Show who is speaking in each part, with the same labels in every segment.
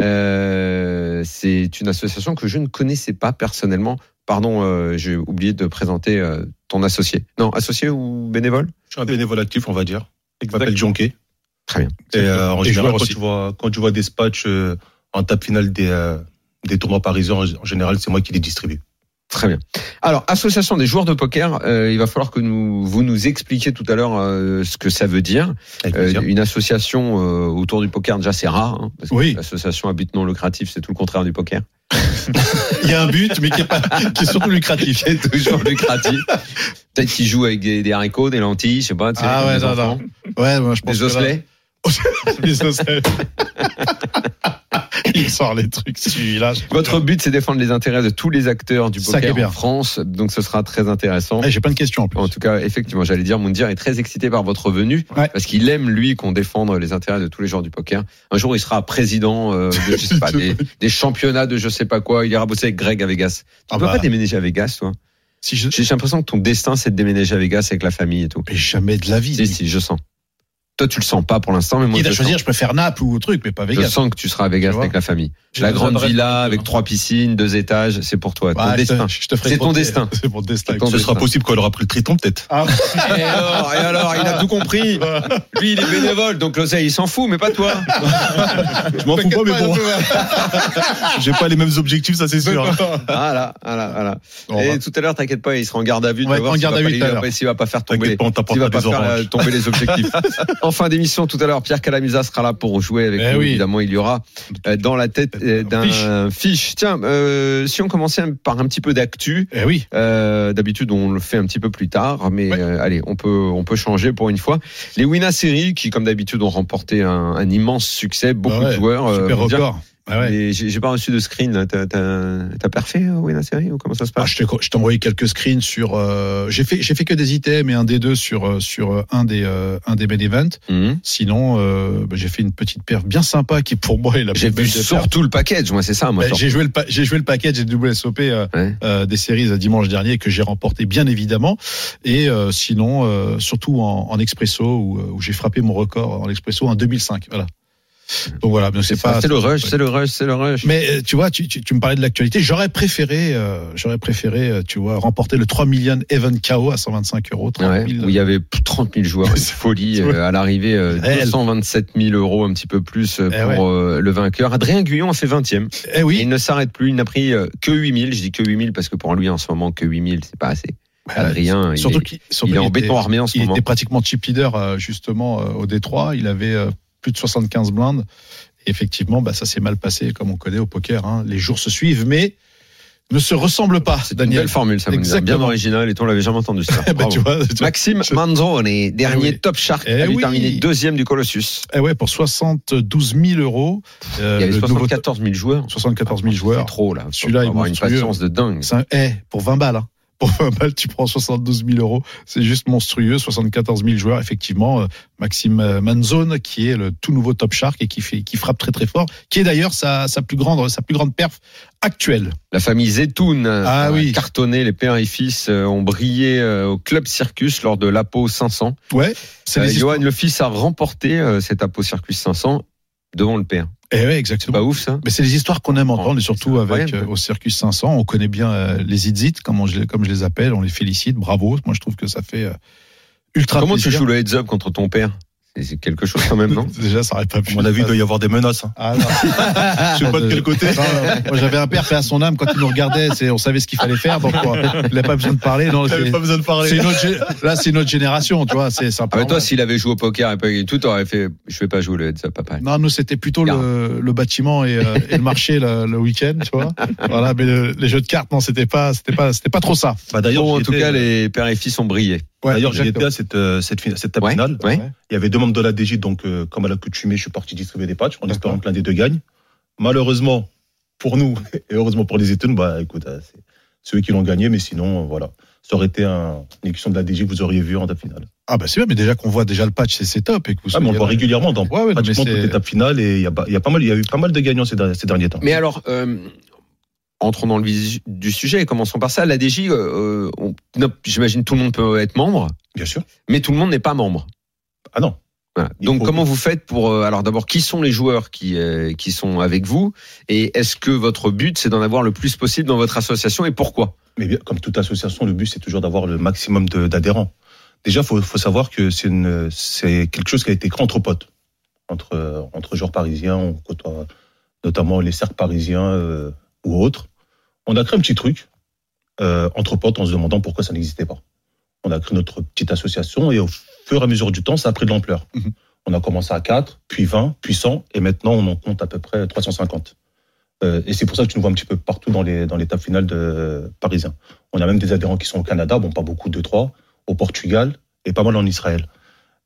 Speaker 1: Euh, c'est une association que je ne connaissais pas personnellement. Pardon, euh, j'ai oublié de présenter euh, ton associé. Non, associé ou bénévole
Speaker 2: Je suis un bénévole actif, on va dire. Je m'appelle Jonquet.
Speaker 1: Très bien.
Speaker 2: Et euh, en
Speaker 3: Et
Speaker 2: général,
Speaker 3: joueur
Speaker 2: quand
Speaker 3: aussi.
Speaker 2: tu, vois, quand tu vois des spatchs euh, en table finale des, euh, des tournois parisiens, en en général, c'est moi qui les distribue.
Speaker 1: Très bien. Alors, association des joueurs de poker, euh, il va falloir que nous, vous nous expliquiez tout à l'heure euh, ce que ça veut dire.
Speaker 2: Avec
Speaker 1: Euh,
Speaker 2: plaisir.
Speaker 1: une association euh, autour du poker, déjà, c'est rare. hein, parce que
Speaker 3: Oui.
Speaker 1: L'association à but non lucratif, c'est tout le contraire du poker.
Speaker 3: Il y a un but, mais qui est, pas, qui est surtout lucratif.
Speaker 1: C'est toujours lucratif. Peut-être qu'ils jouent avec des, des haricots, des lentilles, je sais pas. tu sais,
Speaker 3: Ah ouais,
Speaker 1: des
Speaker 3: non,
Speaker 1: enfants.
Speaker 3: non. Ouais, moi, je pense
Speaker 1: Des
Speaker 3: que là-
Speaker 1: osselets.
Speaker 3: Les osselets. Il sort les trucs, celui-là.
Speaker 1: Votre but, c'est défendre les intérêts de tous les acteurs du
Speaker 3: Ça qui est
Speaker 1: poker
Speaker 3: bien.
Speaker 1: en France. Donc, ce sera très intéressant.
Speaker 3: Eh, J'ai plein de questions en plus.
Speaker 1: En tout cas, effectivement, j'allais dire, Moundir est très excité par votre venue
Speaker 3: Ouais.
Speaker 1: parce qu'il aime lui qu'on défende les intérêts de tous les joueurs du poker. Un jour, il sera président euh, de, je sais pas, des, des championnats de je sais pas quoi. Il ira bosser avec Greg à Vegas. Tu
Speaker 3: Ah
Speaker 1: peux
Speaker 3: bah,
Speaker 1: pas déménager à Vegas, toi
Speaker 3: si je...
Speaker 1: J'ai j'ai l'impression que ton destin, c'est de déménager à Vegas avec la famille et tout.
Speaker 3: mais jamais de la vie.
Speaker 1: Si, si, je sens. Toi, tu le sens pas pour l'instant, mais moi,
Speaker 3: Qui
Speaker 1: je,
Speaker 3: va
Speaker 1: le
Speaker 3: choisir Je préfère Naples ou truc, mais pas
Speaker 1: sens. Je
Speaker 3: Vegas.
Speaker 1: sens que tu seras à Vegas
Speaker 3: Tu vois.
Speaker 1: avec la famille.
Speaker 4: J'ai
Speaker 1: La
Speaker 4: des
Speaker 1: grande
Speaker 4: adresses
Speaker 1: villa
Speaker 4: partout,
Speaker 1: avec
Speaker 4: hein.
Speaker 1: trois piscines, deux étages, c'est pour toi, ton
Speaker 3: Ouais, Ah, je te-
Speaker 1: destin.
Speaker 3: je te ferai
Speaker 1: C'est ton
Speaker 3: compter.
Speaker 1: destin.
Speaker 3: C'est mon destin.
Speaker 1: C'est ton
Speaker 2: Ce sera
Speaker 1: destin.
Speaker 2: possible quand il aura pris le triton, peut-être.
Speaker 3: Ah,
Speaker 1: Et alors, et alors, il a tout compris. Lui, il est bénévole, donc l'oseille, il s'en fout, mais pas toi.
Speaker 2: Je m'en fous pas, mais bon, j'ai pas les mêmes objectifs, ça c'est sûr.
Speaker 1: Voilà, voilà, voilà.
Speaker 3: On
Speaker 1: et
Speaker 3: va-
Speaker 1: tout à l'heure, t'inquiète pas, il sera en garde à vue. tu
Speaker 3: bah. Ouais,
Speaker 1: vas voir
Speaker 3: en
Speaker 1: s'il
Speaker 3: garde
Speaker 1: va
Speaker 3: à
Speaker 1: pas-
Speaker 3: vue tout
Speaker 1: il
Speaker 3: à
Speaker 1: va
Speaker 3: l'heure.
Speaker 1: pas- S'il va pas faire tomber.
Speaker 2: T'inquiète pas, on
Speaker 1: S'il va
Speaker 2: t'apportera
Speaker 1: pas
Speaker 2: des
Speaker 1: faire euh,
Speaker 2: oranges.
Speaker 1: tomber les objectifs. en fin d'émission, tout à l'heure, Pierre Calamisa sera là pour jouer avec
Speaker 3: Eh
Speaker 1: nous.
Speaker 3: oui.
Speaker 1: Évidemment, il y aura euh, dans la tête euh, d'un fiche. Tiens, euh, si on commençait par un petit peu d'actu,
Speaker 3: Eh oui.
Speaker 1: euh, d'habitude on le fait un petit peu plus tard, mais
Speaker 3: Ouais.
Speaker 1: euh, allez, on peut on peut changer pour une fois. Les Wina Series, qui comme d'habitude ont remporté un, un immense succès, beaucoup
Speaker 3: Bah ouais,
Speaker 1: de joueurs. euh,
Speaker 3: Super
Speaker 1: vont dire.
Speaker 3: record. Ah ouais.
Speaker 1: Mais J'ai j'ai pas reçu de screen. là. T'as t'as- t'as parfait euh, Wina Series ou comment ça se
Speaker 3: Ah,
Speaker 1: passe
Speaker 3: je t'ai- je t'ai envoyé quelques screens sur. euh, j'ai fait, j'ai fait que des items et un des deux sur euh, sur euh, un des euh, un des main events.
Speaker 1: Mhm.
Speaker 3: Sinon, euh, bah, j'ai fait une petite perf bien sympa qui pour moi est la
Speaker 1: J'ai
Speaker 3: plus belle
Speaker 1: vu
Speaker 3: des perfs.
Speaker 1: surtout le package. Moi, c'est ça. Moi,
Speaker 3: Bah,
Speaker 1: surtout.
Speaker 3: J'ai joué le pa- j'ai joué le package des WSOP euh,
Speaker 1: Ouais.
Speaker 3: euh, des séries euh, dimanche dernier que j'ai remporté bien évidemment et euh, sinon euh, surtout en, en expresso où, euh, où j'ai frappé mon record en expresso en 2005 voilà. Donc voilà, donc c'est
Speaker 1: C'est ça,
Speaker 3: pas
Speaker 1: c'est le rush, c'est le rush, c'est le rush.
Speaker 3: mais euh, tu vois, tu, tu, tu me parlais de l'actualité. J'aurais préféré, euh, j'aurais préféré, euh, tu vois, remporter le 3 million Evan KO à 125 euros. 30
Speaker 1: Ouais,
Speaker 3: 000.
Speaker 1: où il y avait 30 000 joueurs, une folie euh, à l'arrivée, euh,
Speaker 3: Réel.
Speaker 1: 227 000 euros, un petit peu plus euh,
Speaker 3: Eh
Speaker 1: pour euh, le vainqueur. Adrien Guyon a fait 20e.
Speaker 3: Eh
Speaker 1: Et
Speaker 3: oui.
Speaker 1: il ne s'arrête plus, il n'a pris euh, que 8 000. Je dis que 8 000 parce que pour lui, en ce moment, que 8 000, c'est pas assez. Adrien, il,
Speaker 3: surtout
Speaker 1: est,
Speaker 3: qu'il
Speaker 1: il
Speaker 3: surtout
Speaker 1: est en
Speaker 3: qu'il était-
Speaker 1: béton armé en ce
Speaker 3: Il
Speaker 1: moment.
Speaker 3: était pratiquement chip leader euh, justement euh, au Détroit. Il avait euh, plus de 75 blindes. Et effectivement, bah, ça s'est mal passé, comme on connaît au poker. hein. Les jours se suivent, mais ne se ressemblent pas.
Speaker 1: C'est une
Speaker 3: Daniel.
Speaker 1: belle formule, ça me dit. bien
Speaker 3: Exactement.
Speaker 1: original et tout, on l'avait jamais entendu ça.
Speaker 3: Eh ben,
Speaker 1: Bravo.
Speaker 3: tu vois, tu vois.
Speaker 1: Maxime
Speaker 3: Je-
Speaker 1: Manzoni, dernier
Speaker 3: Eh oui.
Speaker 1: top shark,
Speaker 3: Eh
Speaker 1: avait
Speaker 3: oui.
Speaker 1: terminé deuxième du Colossus.
Speaker 3: Eh ouais, pour 72 000 euros. euh,
Speaker 1: Il y avait
Speaker 3: le nouveau-
Speaker 1: 74 000 joueurs.
Speaker 3: 74 000 joueurs.
Speaker 1: C'est trop là.
Speaker 3: Celui-là,
Speaker 1: Faut
Speaker 3: il est
Speaker 1: avoir une
Speaker 3: monstrueux.
Speaker 1: patience de dingue.
Speaker 3: C'est un- eh, pour 20 balles. hein. Pour 20 balles, tu prends 72 000 euros. C'est juste monstrueux. 74 000 joueurs, effectivement. Euh, Maxime euh, Manzone, qui est le tout nouveau top shark et qui, fait, qui frappe très très fort, qui est d'ailleurs sa, sa, plus grande, sa plus grande perf actuelle.
Speaker 1: La famille Zetoun euh,
Speaker 3: Ah
Speaker 1: a
Speaker 3: oui.
Speaker 1: cartonné, les pères et fils euh, ont brillé euh, au Club Circus lors de l'Apo 500.
Speaker 3: Ouais, c'est
Speaker 1: Euh,
Speaker 3: les histoires.
Speaker 1: Johan, le fils, a remporté euh, cet Apo Circus 500 devant le père.
Speaker 3: Eh ouais,
Speaker 1: C'est
Speaker 3: exactement.
Speaker 1: pas ouf ça
Speaker 3: Mais c'est les histoires qu'on aime entendre, et surtout
Speaker 1: C'est
Speaker 3: avec
Speaker 1: incroyable.
Speaker 3: euh, au Circus 500, on connaît bien euh, les Itzit, comme, on- je les- comme je les appelle, on les félicite, bravo. Moi, je trouve que ça fait euh, ultra
Speaker 1: Comment tu
Speaker 3: plaisir.
Speaker 1: joues le heads-up contre ton père C'est- C'est quelque chose quand même, non Ah,
Speaker 3: Déjà, ça aurait pas pu.
Speaker 2: À mon avis, il doit y avoir des menaces. hein.
Speaker 3: Ah, non.
Speaker 2: Je sais pas de quel côté.
Speaker 3: Non, non, moi, j'avais un père fait à son âme quand il nous regardait, c'est, on savait ce qu'il fallait faire, donc on- il n'a pas besoin de parler. Non,
Speaker 2: J'avais
Speaker 3: c'est,
Speaker 2: pas besoin de
Speaker 3: c'est
Speaker 2: parler.
Speaker 3: une autre gé- là, c'est notre génération, tu vois, c'est, c'est un peu
Speaker 1: Ah, mais toi,
Speaker 3: normal.
Speaker 1: s'il avait joué au poker et pas eu tout, t'aurais fait Je vais pas jouer le heads-up, papa.
Speaker 3: Non, nous, c'était plutôt le, le bâtiment et, euh, et le marché le, le week-end, tu vois. Voilà, mais le- les jeux de cartes, non, c'était pas, c'était pas, c'était pas trop ça.
Speaker 2: Bah,
Speaker 1: Bon, en
Speaker 2: j'y
Speaker 1: tout
Speaker 2: étais,
Speaker 1: cas,
Speaker 2: euh,
Speaker 1: les pères et fils ont brillé.
Speaker 3: Ouais,
Speaker 2: D'ailleurs, j'ai été
Speaker 3: exactement.
Speaker 2: à cette, euh, cette, fina- cette table
Speaker 1: Ouais,
Speaker 2: finale.
Speaker 1: ouais.
Speaker 2: Il y avait deux membres de la DJ, donc euh, comme à l'accoutumée, je suis parti distribuer des patchs en espérant que l'un des deux gagne. Malheureusement pour nous et heureusement pour les études, bah écoute, euh, c'est- ceux qui l'ont gagné, mais sinon, euh, voilà. Ça aurait été un- une élection de la DG que vous auriez vu en étape finale.
Speaker 3: Ah bah c'est bien, mais déjà qu'on voit déjà le patch, c'est- c'est top. Et que vous
Speaker 2: Ah, mais on
Speaker 3: soyez
Speaker 2: le voit
Speaker 3: là.
Speaker 2: régulièrement dans
Speaker 3: Ouais, ouais, non, mais
Speaker 2: pratiquement
Speaker 3: c'est-
Speaker 2: toute étape finale et il y a, pas- il y a pas mal, il y a eu pas mal de gagnants ces derniers, ces derniers temps.
Speaker 1: Mais alors, euh, entrons dans le vif du sujet et commençons par ça. La DG, euh, on- non, j'imagine tout le monde peut être membre,
Speaker 2: Bien sûr.
Speaker 1: mais tout le monde n'est pas membre.
Speaker 2: Ah non.
Speaker 1: Voilà.
Speaker 2: Il
Speaker 1: Donc
Speaker 2: faut-
Speaker 1: comment vous faites pour euh, alors d'abord qui sont les joueurs qui euh, qui sont avec vous et est-ce que votre but c'est d'en avoir le plus possible dans votre association et pourquoi
Speaker 2: Mais bien, comme toute association, le but, c'est toujours d'avoir le maximum de- d'adhérents. Déjà, faut, faut savoir que c'est une- c'est quelque chose qui a été créé entre potes, entre, euh, entre joueurs parisiens, on côtoie notamment les cercles parisiens euh, ou autres. On a créé un petit truc euh, entre potes en se demandant pourquoi ça n'existait pas. On a créé notre petite association et au fur et à mesure du temps, ça a pris de l'ampleur.
Speaker 3: Mhm.
Speaker 2: On a commencé à 4, puis 20, puis 100, et maintenant on en compte à peu près 350. Euh, et c'est pour ça que tu nous vois un petit peu partout dans les dans l'étape finale de parisien. On a même des adhérents qui sont au Canada, bon pas beaucoup, deux trois, au Portugal et pas mal en Israël.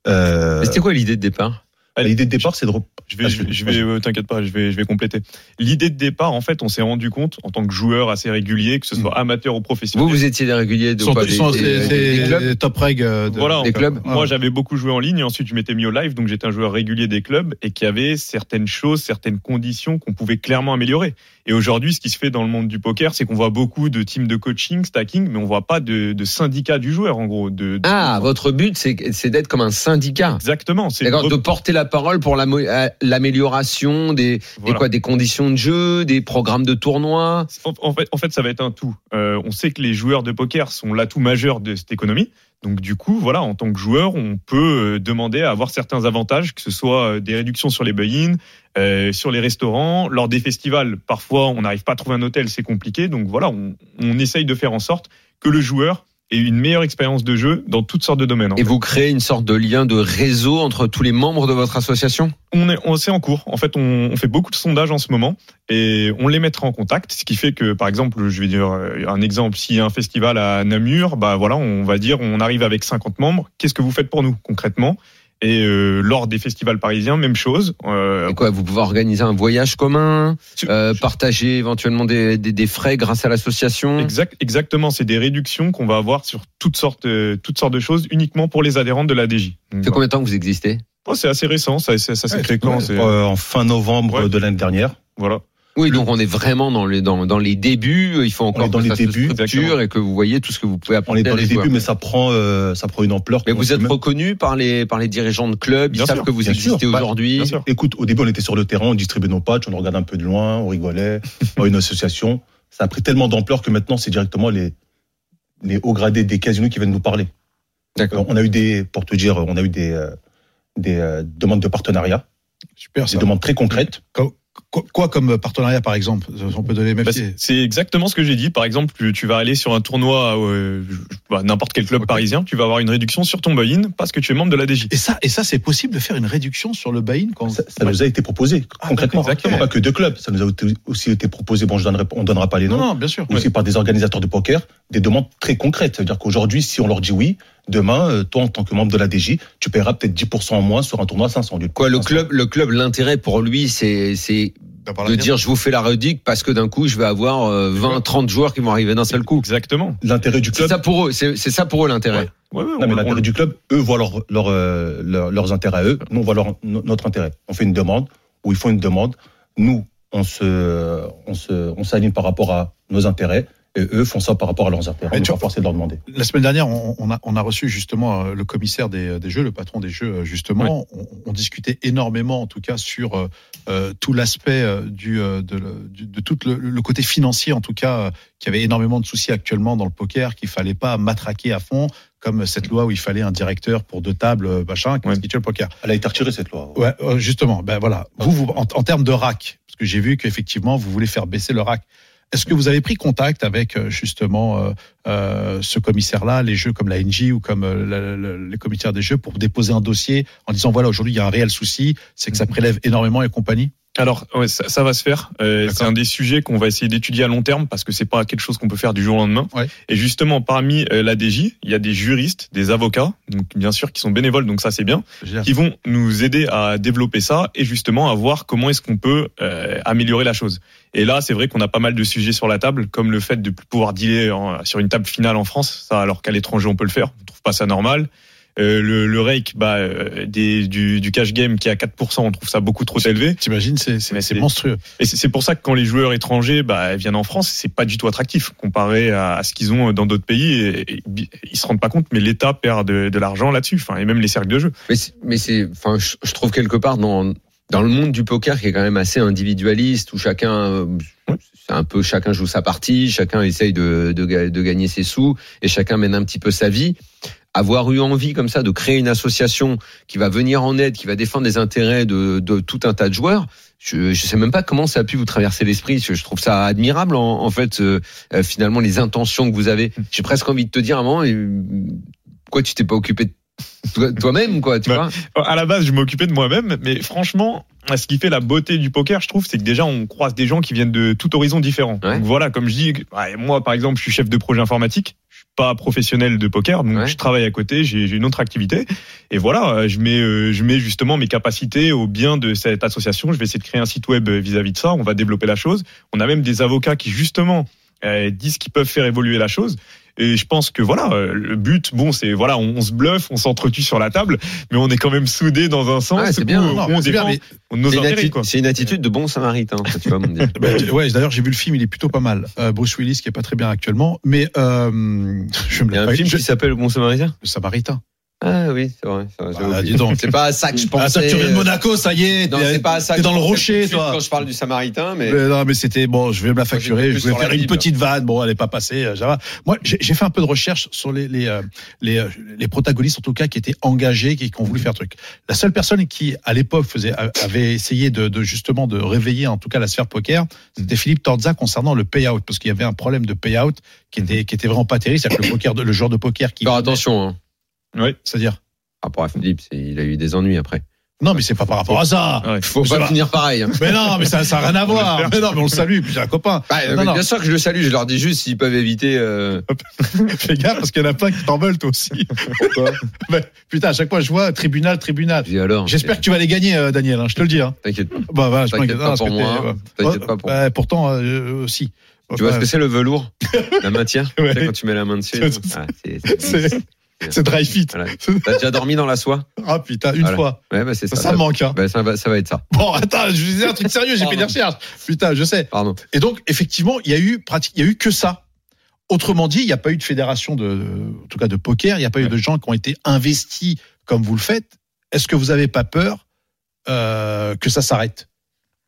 Speaker 2: Euh,
Speaker 1: Mais C'était quoi l'idée de départ
Speaker 2: L'idée de départ, c'est de rep-
Speaker 5: Je vais, je vais- je vais, euh, t'inquiète pas, je vais, je vais compléter. L'idée de départ, en fait, on s'est rendu compte, en tant que joueur assez régulier, que ce soit
Speaker 2: Hmm.
Speaker 5: amateur ou professionnel.
Speaker 1: Vous vous étiez des réguliers de
Speaker 3: Ils sont-
Speaker 1: quoi
Speaker 3: ils sont-
Speaker 1: des,
Speaker 3: c'est-
Speaker 1: des-
Speaker 3: c'est
Speaker 1: des clubs
Speaker 3: les top reg. euh, de-
Speaker 5: Voilà,
Speaker 1: des
Speaker 5: en fait,
Speaker 1: clubs
Speaker 5: Moi, j'avais beaucoup joué en ligne et ensuite je m'étais mis au live, donc j'étais un joueur régulier des clubs et qui avait certaines choses, certaines conditions qu'on pouvait clairement améliorer. Et aujourd'hui, ce qui se fait dans le monde du poker, c'est qu'on voit beaucoup de teams de coaching, stacking, mais on voit pas de, de syndicat du joueur, en gros. De, de-
Speaker 1: Ah, votre but c'est c'est d'être comme un syndicat.
Speaker 5: Exactement. C'est
Speaker 1: D'accord,
Speaker 5: une
Speaker 1: de
Speaker 5: rep-
Speaker 1: porter la parole pour l'amo- euh, l'amélioration des, des
Speaker 5: voilà.
Speaker 1: quoi des conditions de jeu, des programmes de tournois.
Speaker 5: En, en fait, en fait, ça va être un tout. Euh, on sait que les joueurs de poker sont l'atout majeur de cette économie. Donc, du coup, voilà, en tant que joueur, on peut euh, demander à avoir certains avantages, que ce soit euh, des réductions sur les buy-in, euh, sur les restaurants, lors des festivals. Parfois, on n'arrive pas à trouver un hôtel, c'est compliqué. Donc, voilà, on, on essaye de faire en sorte que le joueur ait une meilleure expérience de jeu dans toutes sortes de domaines. en
Speaker 1: Et vous créez une sorte de lien de réseau entre tous les membres de votre association
Speaker 5: On est, on, c'est en cours. En fait, on, on fait beaucoup de sondages en ce moment et on les mettra en contact. Ce qui fait que, par exemple, je vais dire euh, un exemple, s'il y a un festival à Namur, bah voilà, on va dire, on arrive avec 50 membres. Qu'est-ce que vous faites pour nous concrètement Et euh, lors des festivals parisiens, même chose. Euh,
Speaker 1: Et quoi, Vous pouvez organiser un voyage commun,
Speaker 5: Tu-
Speaker 1: euh, partager éventuellement des, des- des frais grâce à l'association.
Speaker 5: exact, exactement, c'est des réductions qu'on va avoir sur toutes sortes, euh, toutes sortes de choses uniquement pour les adhérents de la DJ. Donc,
Speaker 1: Ça fait
Speaker 5: voilà.
Speaker 1: combien de temps que vous existez
Speaker 5: Oh, c'est assez récent, ça, ça, ça s'est créé quand c'est-
Speaker 2: euh, en fin novembre
Speaker 5: Ouais.
Speaker 2: de l'année dernière.
Speaker 5: Voilà.
Speaker 1: Oui, donc on est vraiment dans les, dans, dans les débuts. euh, Il faut encore
Speaker 2: est dans
Speaker 1: que
Speaker 2: les
Speaker 1: ça se
Speaker 2: débuts,
Speaker 1: structure
Speaker 5: exactement.
Speaker 1: et que vous voyez tout ce que vous pouvez
Speaker 2: On est
Speaker 1: apporter
Speaker 2: dans
Speaker 1: à
Speaker 2: les
Speaker 1: les
Speaker 2: débuts,
Speaker 1: joueurs.
Speaker 2: mais ça prend, euh, ça prend une ampleur.
Speaker 1: Mais
Speaker 2: qu'on
Speaker 1: vous
Speaker 2: sait
Speaker 1: êtes
Speaker 2: même-
Speaker 1: reconnu par les, par les dirigeants de club, ils
Speaker 5: Bien
Speaker 1: savent
Speaker 5: sûr,
Speaker 1: que vous
Speaker 2: bien sûr.
Speaker 1: existez
Speaker 2: Bah,
Speaker 1: aujourd'hui.
Speaker 5: bien sûr.
Speaker 2: Écoute, au début, on était sur le terrain, on distribuait nos patchs, on regardait un peu de loin, on rigolait, on a une association. Ça a pris tellement d'ampleur que maintenant, c'est directement les, les hauts gradés des casinos qui viennent nous parler.
Speaker 1: D'accord.
Speaker 2: Alors, on a eu des, pour te dire, on a eu des, euh, des euh, demandes de partenariat,
Speaker 3: Super.
Speaker 2: des
Speaker 3: ça.
Speaker 2: demandes très concrètes.
Speaker 3: Quoi, quoi comme partenariat, par exemple On peut donner même
Speaker 5: Bah,
Speaker 3: si-
Speaker 5: c'est c'est exactement ce que j'ai dit. Par exemple, tu- tu vas aller sur un tournoi, euh, bah, n'importe quel club parisien, tu vas avoir une réduction sur ton buy-in parce que tu es membre de la DJ.
Speaker 3: Et ça, et ça c'est possible de faire une réduction sur le buy-in quand
Speaker 2: Ça, ça nous a été proposé,
Speaker 3: Ah,
Speaker 2: concrètement.
Speaker 3: d'accord, exactement.
Speaker 2: Pas que deux clubs, ça nous a été- aussi été proposé, bon, je donnerai, on donnera pas les noms,
Speaker 3: Non, non, bien sûr.
Speaker 2: aussi par des organisateurs de poker, des demandes très concrètes. C'est-à-dire qu'aujourd'hui, si on leur dit oui, demain, euh, toi, en tant que membre de la DJ, tu paieras peut-être 10% en moins sur un tournoi à 500. au lieu de
Speaker 1: Quoi, le
Speaker 2: 500.
Speaker 1: club, le club, l'intérêt pour lui, c'est, c'est
Speaker 3: T'as parlé
Speaker 1: de
Speaker 3: bien.
Speaker 1: dire je vous fais la redic parce que d'un coup je vais avoir euh, 20, 30 joueurs qui vont arriver d'un seul coup.
Speaker 5: Exactement.
Speaker 2: L'intérêt du
Speaker 1: C'est
Speaker 2: club,
Speaker 1: ça pour eux, c'est c'est ça pour eux l'intérêt.
Speaker 5: Ouais, ouais,
Speaker 2: non, mais
Speaker 5: on-
Speaker 2: l'intérêt
Speaker 5: on-
Speaker 2: du club, eux voient leur, leur, euh, leur- leurs intérêts à eux, nous, on voit leur- no- notre intérêt. On fait une demande, ou ils font une demande, nous, on se, on se, on s'aligne par rapport à nos intérêts, et eux font ça par rapport à leurs intérêts.
Speaker 3: Mais
Speaker 2: On
Speaker 3: tu
Speaker 2: tu
Speaker 3: vois-
Speaker 2: vas forcer de leur demander.
Speaker 3: La semaine dernière, on, on a, on a reçu justement euh, le commissaire des, des jeux, le patron des jeux, euh, justement. On, on discutait énormément, en tout cas, sur euh, euh, tout l'aspect euh, du, euh, de, le- du- de tout le, le côté financier, en tout cas, euh, qu'il y avait énormément de soucis actuellement dans le poker, qu'il fallait pas matraquer à fond, comme cette loi où il fallait un directeur pour deux tables, euh, machin, qui
Speaker 5: Ouais.
Speaker 3: expliquait le poker.
Speaker 2: Elle a été retirée, cette loi.
Speaker 3: Ouais, euh, justement. Ben voilà. Vous, vous en, en termes de rack, parce que j'ai vu qu'effectivement vous voulez faire baisser le rack. Est-ce que vous avez pris contact avec euh, justement euh, euh, ce commissaire-là, les jeux comme la NJ ou comme euh, la- la- les commissaires des jeux pour déposer un dossier en disant voilà aujourd'hui il y a un réel souci, c'est que ça prélève énormément et compagnie.
Speaker 5: Alors, ouais, ça, ça va se faire. Euh,
Speaker 3: D'accord.
Speaker 5: c'est un des sujets qu'on va essayer d'étudier à long terme parce que c'est pas quelque chose qu'on peut faire du jour au lendemain.
Speaker 3: Ouais.
Speaker 5: Et justement, parmi euh, la DJ, il y a des juristes, des avocats, donc bien sûr qui sont bénévoles, donc ça c'est bien,
Speaker 3: Génial.
Speaker 5: qui vont nous aider à développer ça et justement à voir comment est-ce qu'on peut euh, améliorer la chose. Et là, c'est vrai qu'on a pas mal de sujets sur la table, comme le fait de plus pouvoir dealer en- sur une table finale en France, ça alors qu'à l'étranger on peut le faire. On trouve pas ça normal. Euh, le, le rake bah, euh, des, du, du cash game qui est à 4%, on trouve ça beaucoup trop élevé.
Speaker 3: T'imagines, c'est- c'est
Speaker 5: Mais
Speaker 3: c'est
Speaker 5: c'est-
Speaker 3: monstrueux.
Speaker 5: Et c'est c'est pour ça que quand les joueurs étrangers bah, viennent en France, c'est pas du tout attractif comparé à, à ce qu'ils ont dans d'autres pays. Et, et ils se rendent pas compte, mais l'État perd de, de l'argent là-dessus, enfin, et même les cercles de jeu.
Speaker 1: Mais c'est- mais c'est, enfin, je, je trouve quelque part dans dans le monde du poker qui est quand même assez individualiste où chacun, euh, c'est un peu chacun joue sa partie, chacun essaye de, de ga- de gagner ses sous et chacun mène un petit peu sa vie. Avoir eu envie comme ça de créer une association qui va venir en aide, qui va défendre les intérêts de, de tout un tas de joueurs. Je ne sais même pas comment ça a pu vous traverser l'esprit. Je je trouve ça admirable en, en fait euh, euh, finalement les intentions que vous avez. J'ai presque envie de te dire à un moment, et, pourquoi tu t'es pas occupé de toi- toi-même quoi, tu
Speaker 5: Ouais.
Speaker 1: vois
Speaker 5: À la base, je m'occupais de moi-même, mais franchement, ce qui fait la beauté du poker, je trouve, c'est que déjà, on croise des gens qui viennent de tout horizon différent.
Speaker 1: Ouais.
Speaker 5: Donc voilà, comme je dis, ouais, moi, par exemple, je suis chef de projet informatique. Je suis pas professionnel de poker, donc
Speaker 1: Ouais.
Speaker 5: je travaille à côté, j'ai j'ai une autre activité. Et voilà, euh, je mets, euh, je mets justement mes capacités au bien de cette association. Je vais essayer de créer un site web euh, vis-à-vis de ça. On va développer la chose. On a même des avocats qui, justement, euh, disent qu'ils peuvent faire évoluer la chose. Et je pense que voilà, euh, le but, bon, c'est voilà, on, on se bluffe, on s'entretue sur la table, mais on est quand même soudés dans un sens
Speaker 1: Ouais, c'est
Speaker 5: où
Speaker 1: bien.
Speaker 5: on,
Speaker 3: Non,
Speaker 5: on
Speaker 3: Ah c'est bien,
Speaker 5: défend
Speaker 3: mais-
Speaker 5: nos
Speaker 1: C'est une,
Speaker 5: intérêts.
Speaker 1: atti-
Speaker 5: Quoi.
Speaker 1: c'est une attitude de bon samaritain, quoi, tu vois, mon dieu.
Speaker 3: Bah, tu- ouais, d'ailleurs, j'ai vu le film, il est plutôt pas mal. Euh, Bruce Willis, qui est pas très bien actuellement, mais euh, je me
Speaker 1: Il y a un
Speaker 3: l'ai
Speaker 1: film
Speaker 3: je-
Speaker 1: qui s'appelle Le bon samaritain
Speaker 3: Le Samaritain.
Speaker 1: Ah oui, c'est vrai. c'est vrai, j'avais
Speaker 3: Ah,
Speaker 1: oublié.
Speaker 3: hein. dis donc.
Speaker 1: C'est pas à ça que je pensais.
Speaker 3: Ah, ça, tu viens de
Speaker 1: euh,
Speaker 3: Monaco, ça y est.
Speaker 1: Non,
Speaker 3: t'es-
Speaker 1: c'est pas à ça.
Speaker 3: T'es
Speaker 1: que
Speaker 3: dans
Speaker 1: je
Speaker 3: le
Speaker 1: pensais tout
Speaker 3: rocher,
Speaker 1: de suite
Speaker 3: toi.
Speaker 1: Quand je parle du samaritain, mais.
Speaker 3: Mais non, mais c'était bon, je vais me la facturer,
Speaker 1: j'étais
Speaker 3: je
Speaker 1: plus
Speaker 3: voulais
Speaker 1: sur la
Speaker 3: faire une
Speaker 1: Bible.
Speaker 3: petite vanne. Bon, elle est pas passée, euh, j'avais. Moi, j'ai j'ai fait un peu de recherche sur les, les, euh, les, euh, les protagonistes, en tout cas, qui étaient engagés, qui, qui ont voulu faire truc. La seule personne qui, à l'époque, faisait, avait essayé de, de, justement de réveiller, en tout cas, la sphère poker, c'était Philippe Torza concernant le payout, parce qu'il y avait un problème de payout qui était, qui était vraiment pas terrible. C'est-à-dire que le poker, de- le joueur de poker qui.
Speaker 1: Alors attention, hein.
Speaker 3: C'est-à-dire.
Speaker 1: par rapport à Philippe, c'est- il a eu des ennuis après.
Speaker 3: Non, mais c'est pas par rapport à ça.
Speaker 5: Ouais.
Speaker 1: Faut
Speaker 3: Mais
Speaker 1: pas
Speaker 3: ça va.
Speaker 1: finir pareil. hein.
Speaker 3: Mais non, mais ça, ça a rien à voir. Mais non, mais on le salue, puis j'ai un copain.
Speaker 1: Bah,
Speaker 3: Non,
Speaker 1: mais
Speaker 3: non.
Speaker 1: Bien sûr que je le salue, je leur dis juste s'ils peuvent éviter. euh,
Speaker 3: Fais gaffe parce qu'il y en a plein qui t'en veulent toi aussi. Pourquoi Putain, à chaque fois je vois tribunal, tribunal.
Speaker 1: Je dis alors.
Speaker 3: J'espère que tu vas les gagner, euh, Daniel. hein, je te le dis. Hein.
Speaker 1: T'inquiète pas.
Speaker 3: Bah, voilà, je
Speaker 1: T'inquiète
Speaker 3: m'inquiète
Speaker 1: pas
Speaker 3: parce
Speaker 1: pour
Speaker 3: que
Speaker 1: moi,
Speaker 3: t'es-
Speaker 1: hein.
Speaker 3: ouais.
Speaker 1: T'inquiète pas pour
Speaker 3: Bah, pourtant euh, euh, aussi.
Speaker 1: Tu vois ce
Speaker 3: Ouais.
Speaker 1: que c'est le velours La matière
Speaker 3: Ouais.
Speaker 1: Tu sais, Quand tu mets la main dessus.
Speaker 3: C'est- c'est-
Speaker 1: Ah, c'est- c'est-
Speaker 3: c'est c'est dry fit.
Speaker 1: Voilà. T'as déjà dormi dans la soie
Speaker 3: Ah putain, une
Speaker 1: Voilà.
Speaker 3: fois.
Speaker 1: Ouais, bah c'est
Speaker 3: Ça,
Speaker 1: ça.
Speaker 3: ça me manque. Hein.
Speaker 1: Bah, ça, va, ça va être ça.
Speaker 3: Bon, attends, je disais un truc sérieux. J'ai fait des recherches. Putain, je sais.
Speaker 1: Pardon.
Speaker 3: Et donc, effectivement, il y a eu pratique, il y a eu que ça. Autrement dit, il n'y a pas eu de fédération de, en tout cas de poker. Il n'y a pas eu de gens qui ont été investis comme vous le faites. Est-ce que vous n'avez pas peur euh, que ça s'arrête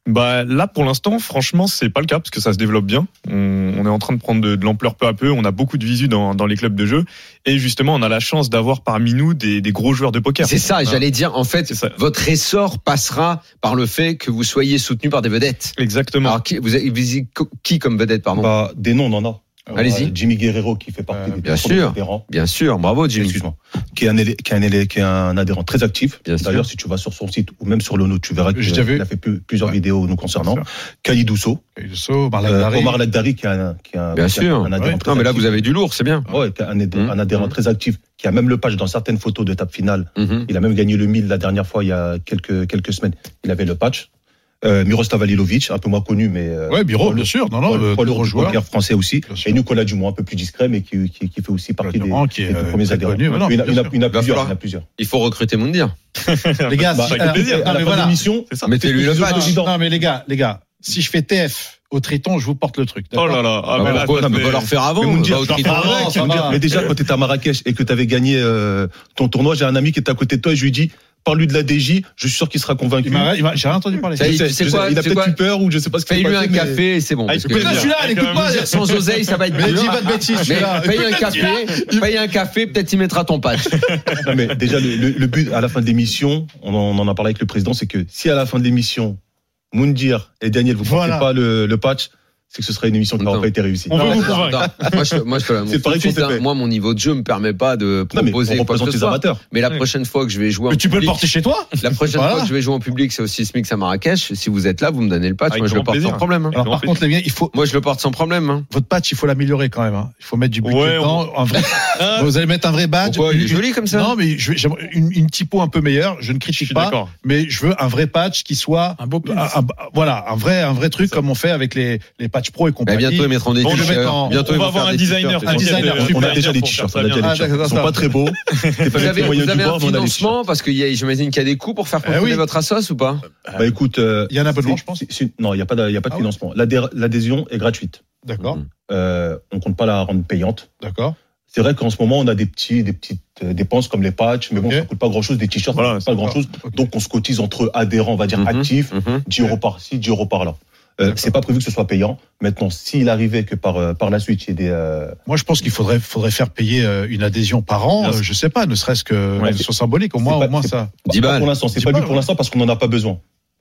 Speaker 5: Bah là, pour l'instant, franchement, c'est pas le cas parce que ça se développe bien. On, on est en train de prendre de, de l'ampleur peu à peu. On a beaucoup de visu dans, dans les clubs de jeu et justement, on a la chance d'avoir parmi nous des, des gros joueurs de poker.
Speaker 1: C'est ça,
Speaker 5: Ah.
Speaker 1: j'allais dire, en fait,
Speaker 5: C'est ça.
Speaker 1: votre essor passera par le fait que vous soyez soutenu par des vedettes.
Speaker 5: Exactement.
Speaker 1: Alors, qui, vous avez visé co- qui comme vedette, pardon
Speaker 2: Bah, des noms, on en a. Euh,
Speaker 1: Allez-y.
Speaker 2: Jimmy Guerrero, qui fait partie
Speaker 3: Euh,
Speaker 2: des
Speaker 1: bien
Speaker 2: patrons des
Speaker 1: sûr.
Speaker 2: adhérents.
Speaker 1: Bien sûr, bravo Jimmy.
Speaker 2: Excuse-moi. Qui est un, élé- qui est un, élé- qui est un adhérent très actif.
Speaker 1: Bien sûr.
Speaker 2: D'ailleurs, si tu vas sur son site ou même sur le nôtre, tu verras
Speaker 3: J'ai déjà vu.
Speaker 2: qu'il a fait plus- plusieurs
Speaker 3: Ouais.
Speaker 2: vidéos nous concernant.
Speaker 3: Bien
Speaker 2: Khalid Ousso,
Speaker 3: Ilso, Marlon
Speaker 2: euh,
Speaker 3: Darry.
Speaker 2: Omar Laddari, qui est un, qui est un-
Speaker 1: Bien
Speaker 2: qui est
Speaker 1: sûr.
Speaker 2: un adhérent
Speaker 3: Ouais.
Speaker 2: très
Speaker 1: Non, mais là,
Speaker 2: actif.
Speaker 1: vous avez du lourd, c'est bien.
Speaker 2: Ouais, qui est un, adhé-
Speaker 1: Mhm.
Speaker 2: un adhérent
Speaker 1: Mhm.
Speaker 2: très actif, qui a même le patch dans certaines photos de table finale.
Speaker 1: Mhm.
Speaker 2: Il a même gagné le 1000 la dernière fois, il y a quelques, quelques semaines. Il avait le patch. Euh, Miroslav Alilovic, un peu moins connu, mais euh,
Speaker 3: Ouais, Biro, bien sûr. Non, non,
Speaker 2: Paul-
Speaker 3: le
Speaker 2: Paul
Speaker 3: gros
Speaker 2: Roux,
Speaker 3: joueur.
Speaker 2: poker français aussi.
Speaker 3: Bien sûr.
Speaker 2: Et Nicolas Dumont, un peu plus discret, mais qui, qui, qui fait aussi partie des,
Speaker 3: Évidemment, qui est
Speaker 2: des
Speaker 3: euh,
Speaker 2: premiers
Speaker 3: très
Speaker 2: adhérents.
Speaker 3: connu. Non,
Speaker 2: il y en
Speaker 3: bien
Speaker 2: a- il y en a
Speaker 3: sûr.
Speaker 2: plusieurs.
Speaker 1: falloir-
Speaker 2: Il y en a plusieurs.
Speaker 1: Il faut recruter Moundir.
Speaker 3: Les gars,
Speaker 2: Bah,
Speaker 3: si- euh,
Speaker 2: avec
Speaker 3: alors,
Speaker 5: plaisir.
Speaker 3: non,
Speaker 2: À la
Speaker 3: Ah, mais
Speaker 2: fin de
Speaker 3: voilà.
Speaker 2: l'émission,
Speaker 5: C'est ça.
Speaker 1: Mettez-lui le
Speaker 2: Excusez-moi,
Speaker 1: patch.
Speaker 2: président.
Speaker 3: Ah, Non, mais les gars, les gars, si je fais TF au traiton, je vous porte le truc.
Speaker 5: Oh
Speaker 3: d'accord
Speaker 5: là là. Ah,
Speaker 1: Ah,
Speaker 5: mais là,
Speaker 1: pourquoi
Speaker 5: ça
Speaker 1: Non, mais
Speaker 5: fait-
Speaker 1: va leur faire avant.
Speaker 2: bah, Mais Moundir,
Speaker 1: va au
Speaker 2: je leur
Speaker 1: Triton.
Speaker 2: ferai
Speaker 3: avant,
Speaker 1: Ouais,
Speaker 3: Ah ça
Speaker 1: tu
Speaker 3: va.
Speaker 1: me dis-
Speaker 2: Mais déjà, quand t'étais à Marrakech et que t'avais gagné euh, ton tournoi, j'ai un ami qui était à côté de toi et je lui dis parle-lui de la DJ, je suis sûr qu'il sera convaincu.
Speaker 3: Il m'a- il m'a- J'ai rien entendu parler.
Speaker 1: Ça y est,
Speaker 2: Je
Speaker 1: tu sais
Speaker 2: je
Speaker 1: quoi,
Speaker 2: il a
Speaker 1: tu sais
Speaker 2: peut-être
Speaker 1: quoi
Speaker 2: eu peur ou je sais pas ce qui s'est
Speaker 1: Paye-lui un
Speaker 2: passé, mais-
Speaker 1: café et c'est bon.
Speaker 5: Ah, il
Speaker 1: parce
Speaker 5: faut
Speaker 1: que-
Speaker 5: pas
Speaker 3: Putain,
Speaker 5: dire.
Speaker 3: celui-là, elle écoute pas.
Speaker 1: Moundir sans oseille, ça va être
Speaker 3: Mais dis
Speaker 1: dur.
Speaker 3: pas de bêtises,
Speaker 1: Mais
Speaker 3: celui-là.
Speaker 1: paye un café, paye un café, peut-être il mettra ton patch.
Speaker 2: Non, mais déjà, le, le- le but à la fin de l'émission, on, en- on en a parlé avec le président, c'est que si à la fin de l'émission, Moundir et Daniel, vous ne
Speaker 3: Voilà.
Speaker 2: portez pas le, le patch, c'est que ce sera une émission qui
Speaker 1: Non.
Speaker 2: n'aura pas été réussie.
Speaker 5: On
Speaker 1: Non,
Speaker 5: veut vous
Speaker 1: non,
Speaker 5: convaincre.
Speaker 1: non. Moi, je, moi, je te l'annonce
Speaker 2: C'est
Speaker 1: tout
Speaker 2: pareil
Speaker 1: de suite,
Speaker 2: qu'on s'est
Speaker 1: hein.
Speaker 2: fait.
Speaker 1: Moi, mon niveau de jeu me permet pas de
Speaker 2: Non, mais on
Speaker 1: proposer quoi que
Speaker 2: représente
Speaker 1: ce
Speaker 2: les
Speaker 1: soit.
Speaker 2: amateurs.
Speaker 1: Mais la
Speaker 5: Ouais.
Speaker 1: prochaine fois que je vais jouer en
Speaker 3: Mais tu peux le
Speaker 1: public-
Speaker 3: porter chez toi
Speaker 1: la prochaine
Speaker 3: Voilà.
Speaker 1: fois que je vais jouer en public, c'est aussi SMIX à Marrakech. Si vous êtes là, vous me donnez le patch.
Speaker 5: Avec
Speaker 1: moi, je le
Speaker 5: grand
Speaker 1: porte
Speaker 5: plaisir.
Speaker 1: sans problème. hein.
Speaker 5: Et
Speaker 3: Alors
Speaker 5: non,
Speaker 3: par
Speaker 5: en fait-
Speaker 3: contre les gars, il faut
Speaker 1: Moi, je le porte sans problème. hein.
Speaker 3: votre patch, il faut l'améliorer quand même. hein. Il faut mettre du budget
Speaker 5: Ouais,
Speaker 3: dedans, un vrai-
Speaker 5: Ah,
Speaker 2: Ah.
Speaker 3: Vous allez mettre un vrai badge.
Speaker 1: Pourquoi Il est
Speaker 3: Une-
Speaker 1: joli comme ça.
Speaker 3: Non, mais je vais- j'aimerais une, une typo un peu meilleure. Je ne
Speaker 5: Je
Speaker 3: critique
Speaker 5: suis
Speaker 3: pas,
Speaker 5: d'accord.
Speaker 3: mais je veux un vrai patch qui soit,
Speaker 4: Un beau
Speaker 3: un- un- voilà, un vrai, un vrai truc comme on fait avec les les patchs pro et
Speaker 1: Bah,
Speaker 3: compagnie.
Speaker 1: bientôt, ils mettront des
Speaker 3: Bon, je vais
Speaker 1: t-shirts.
Speaker 3: mettre en-
Speaker 1: Bientôt,
Speaker 5: on
Speaker 1: ils
Speaker 5: va
Speaker 1: vont
Speaker 5: avoir
Speaker 1: faire
Speaker 5: un
Speaker 1: des
Speaker 5: designer.
Speaker 1: t-shirts.
Speaker 3: Un designer,
Speaker 2: On a
Speaker 5: super
Speaker 2: déjà
Speaker 5: bien
Speaker 2: des
Speaker 5: pour
Speaker 2: t-shirts,
Speaker 5: faire
Speaker 2: on a
Speaker 5: ça
Speaker 2: déjà
Speaker 5: bien.
Speaker 2: des
Speaker 3: Ah,
Speaker 2: t-shirts. Ils
Speaker 3: d'accord,
Speaker 2: sont pas
Speaker 3: d'accord.
Speaker 2: très beaux. C'est pas
Speaker 1: Vous
Speaker 2: les
Speaker 1: avez,
Speaker 2: plus moyens
Speaker 1: vous
Speaker 2: du
Speaker 1: avez
Speaker 2: bord,
Speaker 1: un
Speaker 2: mais on a des t-shirts.
Speaker 1: financement parce que y a- j'imagine qu'il y a des coûts pour faire fonctionner
Speaker 3: Eh oui.
Speaker 1: votre assos ou pas
Speaker 2: Bah écoute, euh,
Speaker 3: Il y en a un peu de
Speaker 2: c'est-
Speaker 3: je pense.
Speaker 2: c'est- c'est- Non, il n'y a pas de, il y a pas de
Speaker 3: Ah ouais.
Speaker 2: financement. L'adhé- L'adhésion est gratuite.
Speaker 3: D'accord,
Speaker 1: Mm-hmm. Mhm.
Speaker 2: Euh, on compte pas la rendre payante.
Speaker 3: d'accord.
Speaker 2: C'est vrai qu'en ce moment, on a des, petits, des petites euh, dépenses comme les patchs, mais bon,
Speaker 3: Ok.
Speaker 2: ça coûte pas grand-chose, des t-shirts,
Speaker 5: Voilà,
Speaker 2: ça coûte pas grand-chose. Donc, on se cotise entre adhérents, on va dire
Speaker 1: Mhm.
Speaker 2: actifs,
Speaker 1: Mhm.
Speaker 2: 10 euros par-ci, 10 euros par-là. Euh, c'est pas prévu que ce soit payant. Maintenant, s'il arrivait que par, euh, par la suite, il y ait des. euh,
Speaker 3: Moi, je pense qu'il faudrait, faudrait faire payer euh, une adhésion par an.
Speaker 2: Bien
Speaker 3: euh,
Speaker 2: sûr.
Speaker 3: je sais pas, ne serait-ce que
Speaker 2: Ouais,
Speaker 3: que ce soit symbolique. Au
Speaker 2: c'est
Speaker 3: moins,
Speaker 2: pas-
Speaker 3: au moins
Speaker 2: c'est
Speaker 3: ça.
Speaker 2: pas-
Speaker 1: 10
Speaker 2: pas
Speaker 1: balles.
Speaker 2: bah, pour l'instant, c'est
Speaker 3: 10
Speaker 2: pas
Speaker 3: balles,
Speaker 2: vu pour l'instant parce qu'on n'en a pas besoin.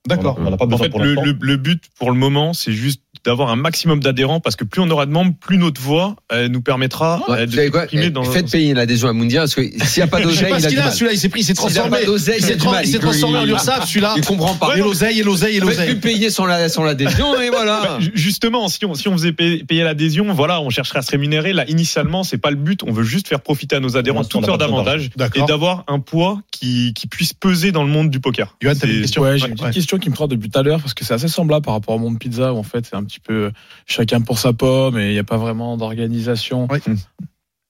Speaker 3: D'accord.
Speaker 2: On n'en a pas
Speaker 5: En
Speaker 2: besoin
Speaker 5: fait,
Speaker 2: pour
Speaker 5: le,
Speaker 2: l'instant.
Speaker 5: le- le but pour le moment, c'est juste d'avoir un maximum d'adhérents parce que plus on aura de membres, plus notre voix euh, nous permettra
Speaker 1: Ouais,
Speaker 5: euh,
Speaker 1: vous
Speaker 5: de
Speaker 1: savez quoi Eh,
Speaker 5: s'exprimer dans.
Speaker 1: Faites payer l'adhésion à Mundia parce que s'il n'y a pas
Speaker 3: Je
Speaker 1: d'oseille,
Speaker 3: sais pas
Speaker 1: il
Speaker 3: ce
Speaker 1: a du
Speaker 3: qu'il a.
Speaker 1: mal.
Speaker 3: Celui-là, il s'est pris, il s'est
Speaker 1: S'il a
Speaker 3: transformé.
Speaker 1: pas d'oseille,
Speaker 3: Il
Speaker 1: il a
Speaker 3: s'est
Speaker 1: du
Speaker 3: tra-
Speaker 1: mal.
Speaker 3: il s'est transformé en URSAF, celui-là.
Speaker 1: Il comprend pas.
Speaker 3: Et l'oseille, et l'oseille, et
Speaker 1: Faites
Speaker 3: l'oseille.
Speaker 1: plus payer sans la- sans l'adhésion et voilà.
Speaker 5: Ju- Justement, si on, si on faisait payer, payer l'adhésion, voilà, on chercherait à se rémunérer. Là, initialement, c'est pas le but. On veut juste faire profiter à nos adhérents
Speaker 2: Pour l'instant,
Speaker 5: toutes
Speaker 2: on n'a
Speaker 5: sortes
Speaker 2: pas besoin
Speaker 5: d'avantages et
Speaker 3: D'accord.
Speaker 5: d'avoir un poids qui, qui puisse peser dans le monde du poker.
Speaker 3: Johan, t'avais une
Speaker 5: C'est-
Speaker 3: question
Speaker 4: Ouais, j'ai une petite
Speaker 3: Ouais.
Speaker 4: question qui me prend depuis tout à l'heure parce que c'est assez semblable par rapport au monde pizza où en fait c'est un petit peu euh, chacun pour sa pomme et il n'y a pas vraiment d'organisation.
Speaker 3: Ouais.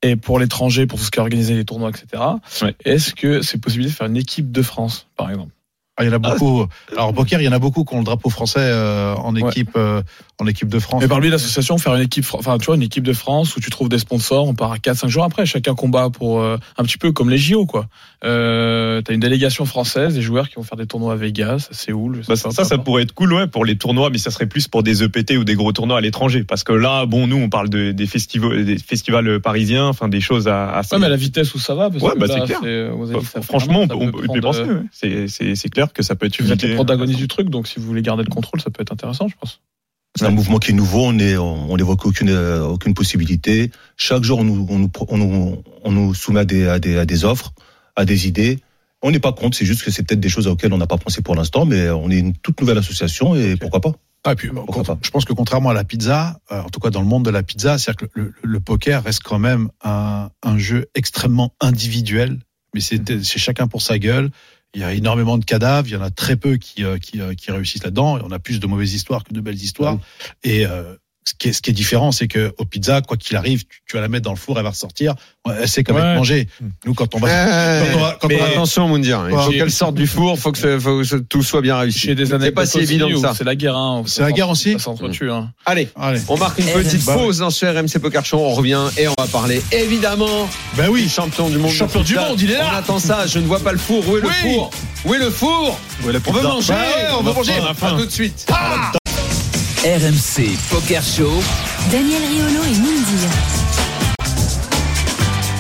Speaker 4: Et pour l'étranger, pour tout ce qui est organisé les tournois, etc.
Speaker 5: Ouais.
Speaker 4: Est-ce que c'est possible de faire une équipe de France, par exemple
Speaker 3: Ah, il y en a beaucoup. Alors, en poker, il y en a beaucoup qui ont le drapeau français euh, en
Speaker 4: Ouais.
Speaker 3: équipe, euh, en équipe de France.
Speaker 4: Mais par biais
Speaker 5: euh,
Speaker 4: d'association, faire une équipe, fr- enfin tu vois, une équipe de France où tu trouves des sponsors, on part à 4-5 jours après, chacun combat pour euh, un petit peu comme les JO quoi. Euh, T'as une délégation française, des joueurs qui vont faire des tournois à Vegas, à Séoul. je sais pas,
Speaker 5: Bah, ça, ça,
Speaker 4: peu
Speaker 5: ça
Speaker 4: importe.
Speaker 5: pourrait être cool, ouais, pour les tournois, mais ça serait plus pour des EPT ou des gros tournois à l'étranger. Parce que là, bon, nous, on parle de, des, festivals, des festivals parisiens, enfin, des choses à, à
Speaker 4: Ouais, mais à la vitesse où ça va, parce
Speaker 5: Ouais,
Speaker 4: que
Speaker 5: bah,
Speaker 4: là,
Speaker 5: c'est clair.
Speaker 4: euh, aux
Speaker 5: Bah,
Speaker 4: avis, ça-
Speaker 5: Franchement, on
Speaker 4: ça
Speaker 5: peut, on peut y
Speaker 4: prendre,
Speaker 5: penser,
Speaker 4: euh,
Speaker 5: ouais. C'est- C'est c'est clair que ça peut être
Speaker 4: Vous
Speaker 5: une
Speaker 4: êtes les
Speaker 5: idée.
Speaker 4: protagonistes du truc, donc si vous voulez garder le contrôle, ça peut être intéressant, je pense.
Speaker 2: C'est un mouvement qui est nouveau, on est, on on n'évoque aucune, euh, aucune possibilité. Chaque jour, on nous, on nous, pro- on nous, on nous soumet à des, à, des, à des offres, à des idées. On n'est pas contre, c'est juste que c'est peut-être des choses auxquelles on n'a pas pensé pour l'instant, mais on est une toute nouvelle association et pourquoi pas.
Speaker 3: Ah, et puis, bon,
Speaker 2: Pourquoi
Speaker 3: contre-
Speaker 2: pas.
Speaker 3: je pense que contrairement à la pizza, euh, en tout cas dans le monde de la pizza, c'est-à-dire que le, le poker reste quand même un, un jeu extrêmement individuel, mais c'est c'est chacun pour sa gueule. Il y a énormément de cadavres, il y en a très peu qui, euh, qui, euh, qui réussissent là-dedans. et On a plus de mauvaises histoires que de belles histoires. Et euh, ce, qui est, ce qui est différent, c'est que au pizza, quoi qu'il arrive, tu, tu vas la mettre dans le four, elle va ressortir. Ouais, Elle sait comment
Speaker 4: Ouais.
Speaker 3: être mangée. Nous, quand on va, bah, quand on va- quand on va-
Speaker 1: Attention, Mundia. Il faut
Speaker 3: J'ai-
Speaker 1: qu'elle sorte du four. Il faut que ce- faut que ce- tout soit bien réussi.
Speaker 4: J'ai des
Speaker 1: C'est pas
Speaker 4: anecdotes
Speaker 1: si évident
Speaker 4: aussi
Speaker 1: que
Speaker 4: où
Speaker 1: ça.
Speaker 4: C'est la guerre, hein.
Speaker 3: C'est la guerre aussi
Speaker 4: Ça s'entretue, hein.
Speaker 1: Allez.
Speaker 3: Allez.
Speaker 1: On marque une petite pause hein, dans ce RMC Poker Show. On revient et on va parler évidemment
Speaker 3: Ben
Speaker 1: du
Speaker 3: oui,
Speaker 1: champion du monde.
Speaker 3: Champion
Speaker 1: de
Speaker 3: du
Speaker 1: pizza.
Speaker 3: monde, il est là.
Speaker 1: On attend ça. Je ne vois pas le four. Où est le
Speaker 3: Oui. Bah
Speaker 1: four Où est le four On veut manger.
Speaker 3: Ouais, on veut manger.
Speaker 1: À tout de suite.
Speaker 6: RMC Poker Show.
Speaker 7: Daniel Riolo et Mindy.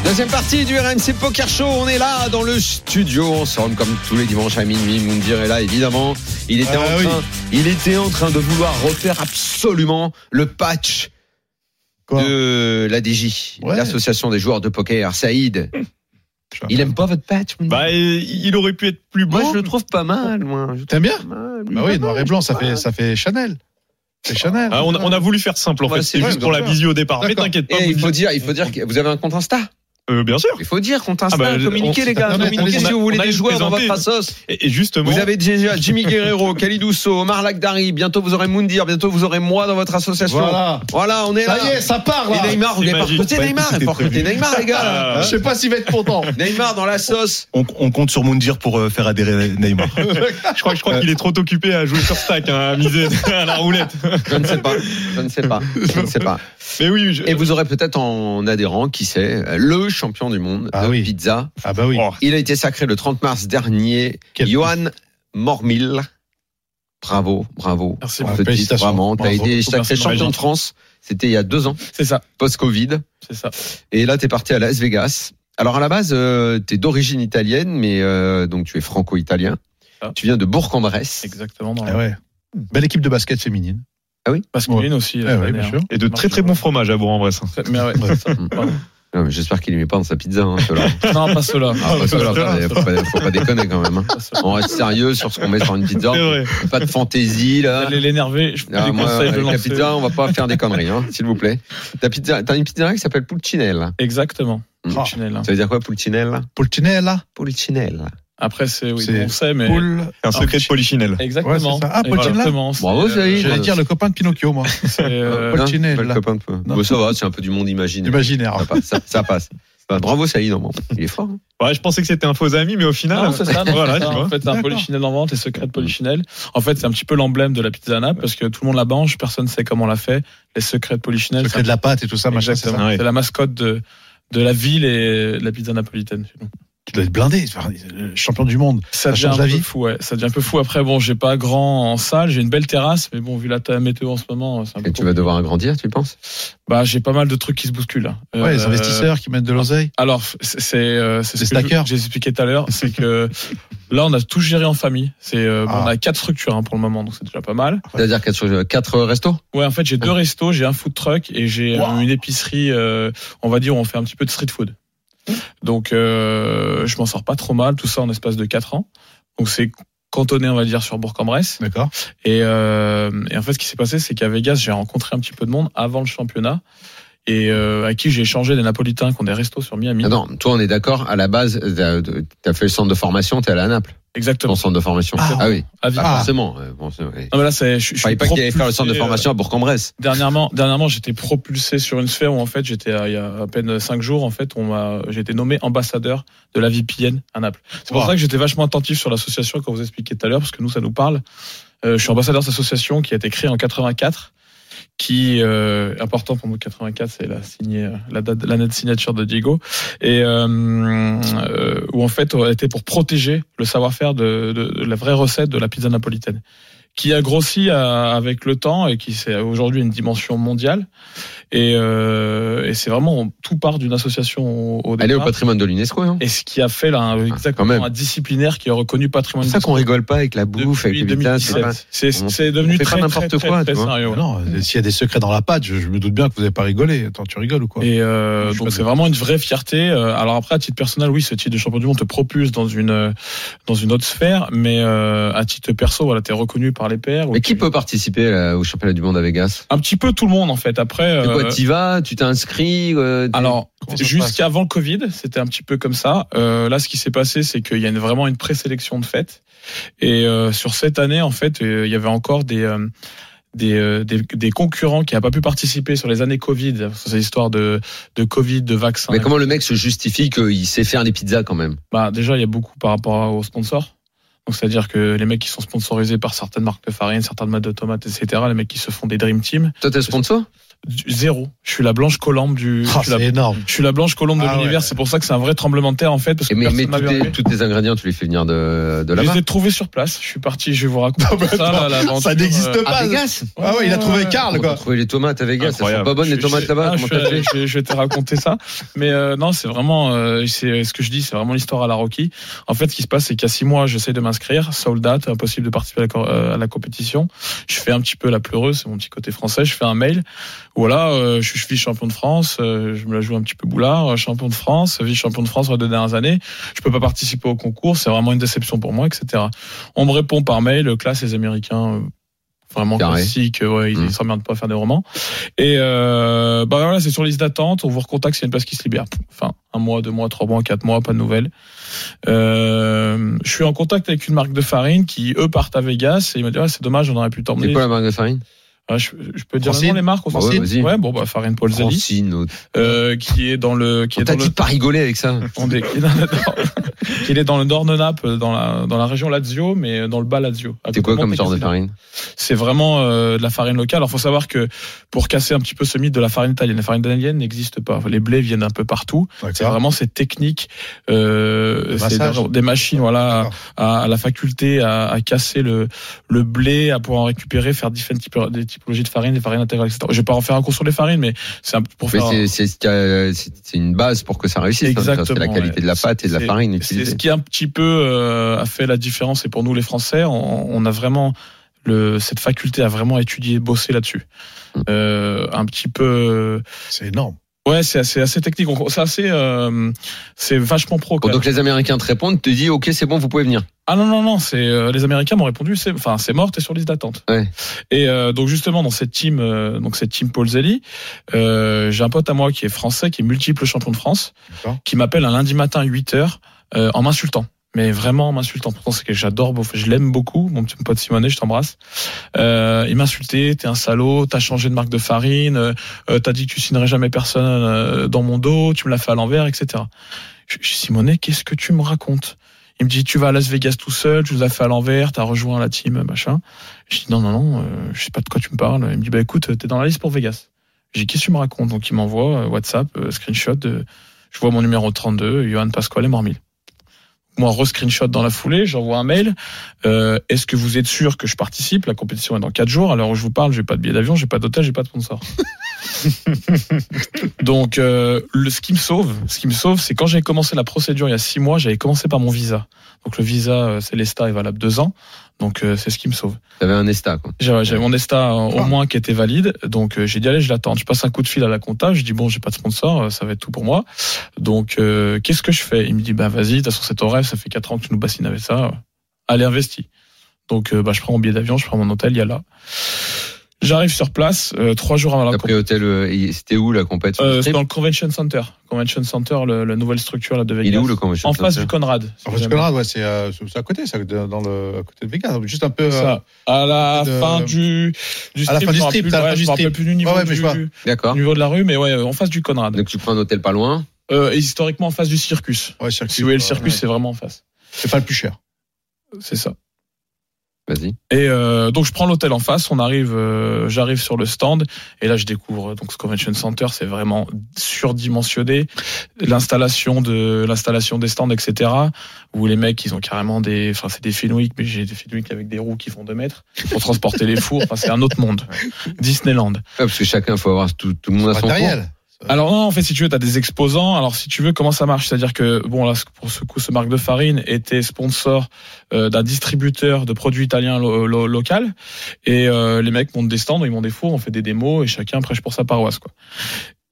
Speaker 1: Deuxième partie du RMC Poker Show, on est là dans le studio, on se rentre comme tous les dimanches à minuit, Moundir est là évidemment, il était,
Speaker 3: Ah
Speaker 1: en
Speaker 3: oui.
Speaker 1: train, il était en train de vouloir refaire absolument le patch
Speaker 3: Quoi
Speaker 1: de la DJ,
Speaker 3: Ouais.
Speaker 1: l'association des joueurs de poker, Saïd.
Speaker 3: Je-
Speaker 1: Il aime pas votre patch Moundir
Speaker 5: Bah, il il aurait pu être plus beau.
Speaker 1: Moi je le trouve pas mal, moi. Je le trouve
Speaker 3: T'aimes bien
Speaker 1: pas mal.
Speaker 3: Bah oui, noir et blanc, ça
Speaker 1: Mmh. Ouais.
Speaker 3: fait, ça fait Chanel. C'est Chanel.
Speaker 5: Ah, on, a, on a voulu faire simple en
Speaker 1: Ouais,
Speaker 5: fait,
Speaker 1: c'est
Speaker 5: c'est
Speaker 1: vrai,
Speaker 5: juste
Speaker 3: bien
Speaker 5: pour la
Speaker 3: sûr.
Speaker 5: visio au départ. Mais
Speaker 3: D'accord.
Speaker 5: t'inquiète pas,
Speaker 1: Et il
Speaker 5: vous
Speaker 1: faut
Speaker 5: dites-
Speaker 1: dire, il faut dire que vous avez un compte Insta.
Speaker 5: Euh, bien sûr.
Speaker 1: Il faut dire compte Insta,
Speaker 5: Ah bah,
Speaker 1: communiquez
Speaker 5: on-
Speaker 1: les gars,
Speaker 3: Attendez,
Speaker 1: communiquez
Speaker 3: attendez,
Speaker 1: si
Speaker 5: on
Speaker 1: vous
Speaker 5: a-
Speaker 1: voulez
Speaker 5: on a
Speaker 1: des
Speaker 5: eu
Speaker 1: joueurs dans votre
Speaker 5: présenté.
Speaker 1: assos.
Speaker 5: Et, et justement,
Speaker 1: Vous avez déjà Jimmy Guerrero, Khalid Ousso, Omar Lagdari, bientôt vous aurez Moundir, bientôt vous aurez moi dans votre association. Voilà,
Speaker 3: Voilà.
Speaker 1: on est
Speaker 3: Ça
Speaker 1: là.
Speaker 3: y est, ça part
Speaker 1: Et
Speaker 3: là.
Speaker 1: Neymar, vous
Speaker 5: c'est
Speaker 1: n'avez pas
Speaker 5: magique.
Speaker 1: recruté
Speaker 2: Bah,
Speaker 1: Neymar, il
Speaker 2: écoute,
Speaker 1: faut recruter
Speaker 2: c'était
Speaker 1: Neymar, les gars. là.
Speaker 5: Ah,
Speaker 3: Je sais pas s'il va être content.
Speaker 1: Neymar dans la sauce.
Speaker 2: On, on compte sur Moundir pour euh, faire adhérer Neymar.
Speaker 5: je crois, je crois qu'il est trop occupé à jouer sur stack, hein, à miser à la roulette.
Speaker 1: Je ne sais pas. Je ne sais pas. Je ne sais pas.
Speaker 5: Mais oui, je-
Speaker 1: Et vous aurez peut-être en adhérent, qui sait, le champion du monde
Speaker 3: Ah
Speaker 1: de
Speaker 3: oui.
Speaker 1: pizza.
Speaker 3: Ah bah oui.
Speaker 5: Oh,
Speaker 1: Il a été sacré le 30 mars dernier.
Speaker 3: Quel-
Speaker 1: Johan Mormil. Bravo, bravo.
Speaker 4: Merci.
Speaker 3: Ouais,
Speaker 1: Petit,
Speaker 3: félicitations.
Speaker 1: Vraiment, t'as
Speaker 3: Bravo.
Speaker 1: été
Speaker 3: Merci,
Speaker 1: sacré champion de France. C'était il y a deux ans,
Speaker 4: C'est ça,
Speaker 1: post-Covid.
Speaker 4: c'est ça.
Speaker 1: Et là, t'es parti à Las Vegas. Alors à la base, euh, t'es d'origine italienne, mais euh, donc tu es franco-italien.
Speaker 4: Ah.
Speaker 1: Tu viens de Bourg-en-Bresse.
Speaker 4: Exactement. Dans
Speaker 3: Ah
Speaker 4: le-
Speaker 3: ouais. Belle équipe de basket féminine.
Speaker 1: Ah oui
Speaker 4: Masculine aussi. la
Speaker 3: Ah ouais,
Speaker 4: semaine
Speaker 3: bien
Speaker 4: dernière.
Speaker 3: sûr.
Speaker 5: Et de très très bons fromages à Bourg-en-Bresse.
Speaker 4: Mais ouais, c'est ça. Pardon.
Speaker 1: Non, mais J'espère qu'il ne met pas dans sa pizza. Hein, ceux-là.
Speaker 4: Non, pas ceux-là.
Speaker 1: Ah, parce que là, faut, pas, faut pas déconner quand même. hein. On reste sérieux sur ce qu'on met sur une pizza.
Speaker 3: Ah,
Speaker 5: C'est vrai.
Speaker 1: Pas de fantaisie là.
Speaker 4: Allez l'énerver, je peux
Speaker 1: Ah,
Speaker 4: lui
Speaker 1: moi,
Speaker 4: conseille de
Speaker 1: avec la
Speaker 4: lancer.
Speaker 1: pizza, on va pas faire des conneries, hein, s'il vous plaît. Ta pizza, t'as une pizzeria qui s'appelle Pulcinella.
Speaker 4: Exactement.
Speaker 3: Ah.
Speaker 1: Mm.
Speaker 4: Le Chanel, hein.
Speaker 1: Ça veut dire quoi, Pulcinella
Speaker 3: Pulcinella.
Speaker 1: Pulcinella.
Speaker 4: Après, c'est oui,
Speaker 3: C'est
Speaker 4: on sait, mais
Speaker 3: Poul.
Speaker 5: Un secret de Ah, polichinelle.
Speaker 3: Ouais,
Speaker 4: exactement.
Speaker 3: c'est ça. Ah, Polichinelle.
Speaker 4: Exactement.
Speaker 1: Bravo,
Speaker 4: C'est,
Speaker 1: Zahir.
Speaker 3: Euh, J'allais dire le copain de Pinocchio, moi.
Speaker 4: c'est, euh,
Speaker 1: Hein,
Speaker 3: Pulcinella.
Speaker 1: pas le copain de peu.
Speaker 3: Non.
Speaker 1: Bon, ça va, c'est un peu du monde imaginaire.
Speaker 3: Imaginaire.
Speaker 1: Ça passe. Ça, ça passe. Bah, bravo, Saïd, en bon. Il est fort. hein.
Speaker 5: Ouais, je pensais que c'était un faux ami, mais au final,
Speaker 4: Non, c'est ça, non,
Speaker 5: voilà,
Speaker 4: c'est ça.
Speaker 5: tu vois.
Speaker 4: En fait, c'est un
Speaker 3: D'accord.
Speaker 4: polichinelle en vente, les secrets de polichinelle. En fait, c'est un petit peu l'emblème de la pizza nap parce que tout le monde la mange, personne sait comment on l'a fait. Les secrets de polichinelle,
Speaker 3: Secret
Speaker 4: c'est
Speaker 3: de la pâte et tout ça, machin, c'est ça.
Speaker 4: exactement.
Speaker 5: ouais.
Speaker 4: C'est la mascotte de, de la ville et de la pizza napolitaine. chez nous.
Speaker 3: Tu dois être blindé, enfin, le champion du monde.
Speaker 4: Ça devient
Speaker 3: change
Speaker 4: un
Speaker 3: la
Speaker 4: peu
Speaker 3: vie.
Speaker 4: fou, ouais. Ça devient un peu fou. Après, bon, j'ai pas grand en salle, j'ai une belle terrasse, mais bon, vu la ta- météo en ce moment, c'est un peu.
Speaker 1: Et tu vas
Speaker 4: compliqué.
Speaker 1: devoir agrandir, tu penses
Speaker 4: Bah, j'ai pas mal de trucs qui se bousculent. là.
Speaker 3: Ouais,
Speaker 4: Euh,
Speaker 3: les investisseurs qui mettent de l'oseille.
Speaker 4: Alors, c'est c'est euh, c'est
Speaker 3: Des
Speaker 4: ce que je-
Speaker 3: stackers.
Speaker 4: j'ai expliqué tout à l'heure, c'est que là, on a tout géré en famille. C'est euh, bon,
Speaker 3: Ah.
Speaker 4: on a quatre structures hein, pour le moment, donc c'est déjà pas mal.
Speaker 1: C'est-à-dire 4, restos
Speaker 4: Ouais, en fait, j'ai deux restos, j'ai un food truck et j'ai
Speaker 3: Wow.
Speaker 4: euh, une épicerie. euh, on va dire, où on fait un petit peu de street food. Donc, euh, je m'en sors pas trop mal. Tout ça en espace de quatre ans. Donc, c'est cantonné, on va dire, sur Bourg-en-Bresse.
Speaker 3: D'accord.
Speaker 4: Et, euh, et en fait, ce qui s'est passé, c'est qu'à Vegas, j'ai rencontré un petit peu de monde avant le championnat et euh, à qui j'ai échangé des Napolitains qui ont des restos sur Miami.
Speaker 1: Ah Non, toi, on est d'accord, à la base, t'as as fait le centre de formation, t'es allé à Naples, ton
Speaker 4: Exactement.
Speaker 1: centre de formation.
Speaker 3: Ah.
Speaker 1: oui,
Speaker 4: À
Speaker 1: Bah,
Speaker 4: Vegas.
Speaker 3: Ah.
Speaker 1: forcément. euh, bon, c'est- ouais.
Speaker 4: Non, Ah, mais là, c'est, je, je
Speaker 1: Je savais
Speaker 4: suis
Speaker 1: pas qu'il allait faire le
Speaker 4: propulsé,
Speaker 1: centre de formation à Bourg-en-Bresse.
Speaker 4: euh, dernièrement, dernièrement, j'étais propulsé sur une sphère où en fait, j'étais à- il y a à peine cinq jours, en fait, on m'a, j'ai été nommé ambassadeur de la VPN à Naples. C'est pour
Speaker 3: Wow.
Speaker 4: ça que j'étais vachement attentif sur l'association quand vous expliquiez tout à l'heure, parce que nous, ça nous parle. Euh, je suis ambassadeur de cette association qui a été créée en 84, qui euh, important pour nous 84, c'est la signée, euh, la date, l'année de signature de Diego, et euh, euh, où en fait, on a été pour protéger le savoir-faire de, de- de la vraie recette de la pizza napolitaine, qui a grossi à- avec le temps et qui c'est aujourd'hui une dimension mondiale. Et, euh, et c'est vraiment tout part d'une association au, au
Speaker 1: Elle est au
Speaker 4: départ.
Speaker 1: patrimoine de l'UNESCO. Hein.
Speaker 4: et ce qui a fait là, un,
Speaker 1: Ah, quand même.
Speaker 4: exactement un disciplinaire qui est reconnu patrimoine
Speaker 1: C'est pour ça qu'on rigole pas avec la bouffe, avec
Speaker 4: depuis
Speaker 1: les pizzas, c'est pas-
Speaker 4: 2017. C'est
Speaker 1: on-
Speaker 4: c'est
Speaker 1: on
Speaker 4: devenu
Speaker 1: fait pas
Speaker 4: très,
Speaker 1: n'importe
Speaker 4: très, très,
Speaker 1: quoi,
Speaker 4: très
Speaker 1: tu vois.
Speaker 4: sérieux, ouais.
Speaker 3: Non, euh, s'il y a des secrets dans la pâte, je, je me doute bien que vous n'avez pas rigolé. Attends, tu rigoles ou quoi
Speaker 4: Et euh,
Speaker 3: Je suis pas
Speaker 4: donc c'est
Speaker 3: d'accord.
Speaker 4: vraiment une vraie fierté. Euh, Alors après, à titre personnel, oui, ce titre de champion du monde te propulse dans une euh, dans une autre sphère, mais euh, à titre perso, voilà, t'es reconnu par les pairs.
Speaker 1: Mais qui peut participer euh, au championnat du monde à Vegas
Speaker 4: Un petit peu tout le monde en fait. Après,
Speaker 1: C'est
Speaker 4: euh,
Speaker 1: quoi, t'y vas, tu t'inscris euh, t'es-
Speaker 4: Alors,
Speaker 3: Comment ça se
Speaker 4: jusqu'avant le Covid, c'était un petit peu comme ça. Euh, là, ce qui s'est passé, c'est qu'il y a une- vraiment une présélection de fêtes. Et euh, sur cette année, en fait, euh, il y avait encore des, euh, des, euh, des, des concurrents qui n'avaient pas pu participer sur les années Covid. parce que C'est l'histoire de, de Covid, de vaccins.
Speaker 1: Mais comment le mec se justifie qu'il sait faire des pizzas quand même
Speaker 4: bah, déjà, il y a beaucoup par rapport aux sponsors. Donc, c'est-à-dire que les mecs qui sont sponsorisés par certaines marques de farine, certaines marques de tomates, etc., les mecs qui se font des Dream Team,
Speaker 1: Toi, t'es sponsor
Speaker 4: du- zéro. Je suis la blanche colombe du.
Speaker 3: Ah,
Speaker 4: je suis la
Speaker 3: c'est énorme.
Speaker 4: Je suis la blanche colombe de
Speaker 3: Ah ouais.
Speaker 4: l'univers, c'est pour ça que c'est un vrai tremblement de terre en fait, parce que
Speaker 1: Et Mais,
Speaker 4: personne
Speaker 1: mais
Speaker 4: m'avait
Speaker 1: tous, tes,
Speaker 4: arrivé.
Speaker 1: tous tes ingrédients, tu les fais venir de, de
Speaker 4: Je
Speaker 1: là-bas
Speaker 4: les ai trouvés sur place. Je suis parti, je vais vous raconter
Speaker 3: Non, mais
Speaker 4: ça.
Speaker 3: Ah bah attends,
Speaker 4: là, l'aventure,
Speaker 3: ça n'existe
Speaker 4: euh,
Speaker 3: pas.
Speaker 1: Vegas
Speaker 3: Ah ouais, il a trouvé Karl,
Speaker 1: Comment
Speaker 3: quoi.
Speaker 1: t'as trouvé les tomates à Vegas Elles sont
Speaker 5: Incroyable.
Speaker 1: pas bonnes les
Speaker 4: je-
Speaker 1: tomates
Speaker 4: je-
Speaker 1: là-bas
Speaker 4: ah,
Speaker 1: Comment
Speaker 4: je,
Speaker 1: t'as fait
Speaker 4: je- je vais te raconter ça. Mais euh, non, c'est vraiment euh, c'est ce que je dis, c'est vraiment l'histoire à la Rocky. En fait, ce qui se passe, c'est qu'il y a six mois, j'essaie de m'inscrire, sold out, impossible de participer à la, cor- euh, à la compétition. Je fais un petit peu la pleureuse, c'est mon petit côté français. Je fais un mail. Voilà, euh, je suis vice-champion de France. euh, je me la joue un petit peu boulard, euh, champion de France, vice-champion de France sur les deux dernières années. Je peux pas participer au concours, c'est vraiment une déception pour moi, etc. On me répond par mail, euh, classe les Américains. euh, Vraiment
Speaker 1: Carré.
Speaker 4: classique, euh, ouais, ils
Speaker 1: Mm.
Speaker 4: ils s'emmerdent pas à faire des romans. Et euh, bah voilà, c'est sur liste d'attente. On vous recontacte s'il y a une place qui se libère. Enfin, un mois, deux mois, trois mois, quatre mois, pas de nouvelles. Euh, je suis en contact avec une marque de farine qui eux partent à Vegas et ils me disent ah, c'est dommage, on aurait pu
Speaker 1: C'est
Speaker 4: t'emmener.
Speaker 1: quoi la marque de farine
Speaker 4: Ah, je, je peux dire
Speaker 3: Francine
Speaker 4: vraiment les marques.
Speaker 1: Bah ouais,
Speaker 4: Francine
Speaker 1: vas-y.
Speaker 4: ouais, bon bah farine Polzelli,
Speaker 1: Francine, autre.
Speaker 4: euh, qui est dans le qui est
Speaker 1: T'as
Speaker 4: dans le
Speaker 1: dû pas rigoler avec ça
Speaker 4: on est- qui est dans le nord, qui est dans le nord de Naples, dans la dans la région Lazio, mais dans le bas Lazio. à
Speaker 1: C'est quoi
Speaker 4: côté de
Speaker 1: comme genre de
Speaker 4: Montecasino.
Speaker 1: farine
Speaker 4: C'est vraiment euh, de la farine locale. Alors, faut savoir que pour casser un petit peu ce mythe de la farine italienne, la farine italienne n'existe pas. Les blés viennent un peu partout. C'est
Speaker 3: D'accord.
Speaker 4: vraiment ces techniques, euh,
Speaker 3: Le
Speaker 4: c'est
Speaker 3: massage.
Speaker 4: des, des machines, voilà, à, à la faculté à, à casser le le blé, à pouvoir en récupérer, faire différentes typo- des typologies de farine, des farines intégrales, etc. Je vais pas en faire un cours sur les farines, mais c'est un pour
Speaker 1: Mais
Speaker 4: faire.
Speaker 1: c'est- c'est ce qu'il y a- c'est- c'est une base pour que ça réussisse. hein.
Speaker 4: Exactement,
Speaker 1: C'est la qualité
Speaker 4: ouais.
Speaker 1: de la pâte et de la
Speaker 4: C'est-
Speaker 1: farine
Speaker 4: C'est
Speaker 1: utilisée.
Speaker 4: ce qui un petit peu euh, a fait la différence. Et pour nous les Français, on, on a vraiment le, cette faculté à vraiment étudier, bosser là-dessus.
Speaker 1: Hum.
Speaker 4: Euh, un petit peu.
Speaker 3: C'est énorme.
Speaker 4: Ouais, c'est assez, assez technique. On- C'est assez, euh, c'est vachement pro.
Speaker 1: Bon,
Speaker 4: quand même.
Speaker 1: donc les Américains te répondent, te disent ok c'est bon vous pouvez venir.
Speaker 4: Ah non non non, c'est euh, les Américains m'ont répondu, c'est enfin c'est mort, t'es sur liste d'attente.
Speaker 1: Ouais.
Speaker 4: Et euh, donc justement dans cette team, euh, donc cette team Polzelli, euh, j'ai un pote à moi qui est français, qui est multiple champion de France,
Speaker 3: D'accord.
Speaker 4: qui m'appelle un lundi matin à 8 heures euh, en m'insultant. Mais vraiment en m'insultant. Pourtant c'est que j'adore, beau- je l'aime beaucoup, mon petit pote Simonet, je t'embrasse. Euh, il m'insultait, t'es un salaud, t'as changé de marque de farine, euh, euh, t'as dit que tu signerais jamais personne euh, dans mon dos, tu me l'as fait à l'envers, etc. Je, je dis, Simonet, qu'est-ce que tu me racontes il me dit tu vas à Las Vegas tout seul, tu nous as fait à l'envers, t'as rejoint la team, machin. Je dis non non non, euh, je sais pas de quoi tu me parles. Il me dit bah écoute, euh, t'es dans la liste pour Vegas. J'ai dit, qu'est-ce que tu me racontes Donc il m'envoie euh, WhatsApp, euh, screenshot. de- je vois mon numéro 32, Johan Pasquale Mormil. Moi, re-screenshot dans la foulée, j'envoie un mail. Euh, Est-ce que vous êtes sûr que je participe La compétition est dans 4 jours. À l'heure où je vous parle, j'ai pas de billet d'avion, j'ai pas d'hôtel, j'ai pas de sponsor. Donc, euh, le, ce qui me sauve, ce qui me sauve, c'est quand j'avais commencé la procédure il y a 6 mois, j'avais commencé par mon visa. Donc le visa euh, Célesta est valable deux ans. Donc euh, c'est ce qui me sauve.
Speaker 1: T'avais un Esta quoi.
Speaker 4: J'avais j'avais mon ESTA euh,
Speaker 1: Ah.
Speaker 4: au moins qui était valide. Donc euh, j'ai dit allez, je l'attends. Je passe un coup de fil à la compta. Je dis bon, j'ai pas de sponsor, euh, ça va être tout pour moi. Donc euh, qu'est-ce que je fais Il me dit bah vas-y, de toute façon c'est ton rêve, ça fait quatre ans que tu nous bassines avec ça. euh, Allez, investis. Donc euh, bah, je prends mon billet d'avion, je prends mon hôtel, il y a là. J'arrive sur place euh, trois jours avant la
Speaker 1: T'as
Speaker 4: compétition.
Speaker 1: pris hôtel, euh, et c'était où la compétition
Speaker 4: Euh, c'est dans le Convention Center. Convention Center, le- la nouvelle structure là de Vegas.
Speaker 1: Il est où le convention
Speaker 4: En face
Speaker 1: center
Speaker 4: du Conrad. si
Speaker 3: Parce que
Speaker 4: jamais.
Speaker 3: Conrad, ouais, c'est euh, c'est à côté, ça, de- dans le, à côté de Vegas. Juste un peu. euh,
Speaker 4: Ça. À la
Speaker 3: de-
Speaker 4: fin du, du
Speaker 3: À la fin du
Speaker 4: je me
Speaker 3: strip,
Speaker 4: rappelle
Speaker 3: à la fin du
Speaker 4: plus- ouais, je me rappelle
Speaker 3: strip.
Speaker 4: plus du niveau,
Speaker 3: Ouais, ouais, mais
Speaker 4: du-
Speaker 3: je vois.
Speaker 1: D'accord.
Speaker 4: du niveau de la rue, mais ouais, en face du Conrad.
Speaker 1: Donc tu prends un hôtel pas loin.
Speaker 4: Euh, et historiquement en face du circus.
Speaker 3: ouais, circuit,
Speaker 4: Si vous voyez le
Speaker 3: euh,
Speaker 4: circus,
Speaker 3: ouais.
Speaker 4: c'est vraiment en face.
Speaker 3: c'est pas le plus cher.
Speaker 4: C'est ça.
Speaker 1: Vas-y.
Speaker 4: Et euh, donc je prends l'hôtel en face, on arrive, euh, j'arrive sur le stand et là je découvre euh, donc ce convention center, c'est vraiment surdimensionné, l'installation de l'installation des stands, etc. Où les mecs ils ont carrément des, enfin c'est des Fenwick, mais j'ai des Fenwick avec des roues qui font 2 mètres pour transporter les fours, enfin c'est un autre monde, Disneyland.
Speaker 1: Ouais, parce que chacun faut avoir tout, tout le monde à son tour.
Speaker 3: Matériel.
Speaker 4: Alors non, en fait, si tu veux, t'as des exposants. Alors si tu veux, comment ça marche C'est-à-dire que bon, là, pour ce coup, ce marque de farine était sponsor euh, d'un distributeur de produits italiens lo- lo- local, et euh, les mecs montent des stands, ils montent des fours, on fait des démos, et chacun prêche pour sa paroisse, quoi.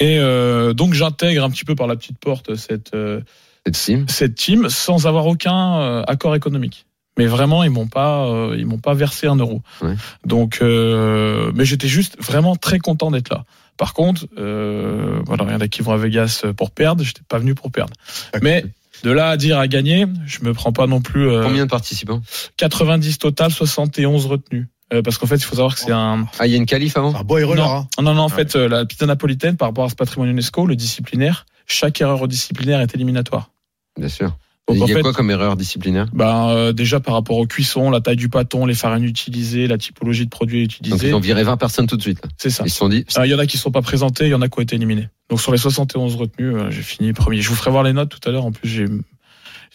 Speaker 4: Et euh, donc j'intègre un petit peu par la petite porte cette euh,
Speaker 1: Cette sim.
Speaker 4: cette team sans avoir aucun euh, accord économique. Mais vraiment, ils m'ont pas, euh, ils m'ont pas versé un euro.
Speaker 1: Ouais.
Speaker 4: Donc, euh, mais j'étais juste vraiment très content d'être là. Par contre, euh, voilà, il y en a qui vont à Vegas pour perdre. J'étais pas venu pour perdre.
Speaker 3: D'accord.
Speaker 4: Mais de là à dire à gagner, je me prends pas non plus euh,
Speaker 1: Combien de participants
Speaker 4: 90 total, 71 retenus. Euh, parce qu'en fait, il faut savoir que c'est un
Speaker 1: Ah, il y a une qualif avant
Speaker 3: Un boy roller, hein.
Speaker 1: Oh.
Speaker 4: non,
Speaker 1: Ah
Speaker 4: non, en fait, euh, la pizza napolitaine, par rapport à ce patrimoine UNESCO, le disciplinaire, chaque erreur au disciplinaire est éliminatoire.
Speaker 1: Bien sûr.
Speaker 4: Donc,
Speaker 1: Et
Speaker 4: en
Speaker 1: il y a
Speaker 4: fait-
Speaker 1: quoi comme erreur disciplinaire
Speaker 4: Ben, euh, déjà par rapport au cuisson, la taille du pâton, les farines utilisées, la typologie de produits
Speaker 1: Donc
Speaker 4: utilisés.
Speaker 1: ils ont viré 20 personnes tout de suite. là.
Speaker 4: C'est ça.
Speaker 1: Ils se sont dit.
Speaker 4: Ah, Il y en a qui ne sont pas présentés, il y en a qui ont été éliminés. Donc sur les 71 retenus, euh, j'ai fini premier. Je vous ferai voir les notes tout à l'heure. En plus, j'ai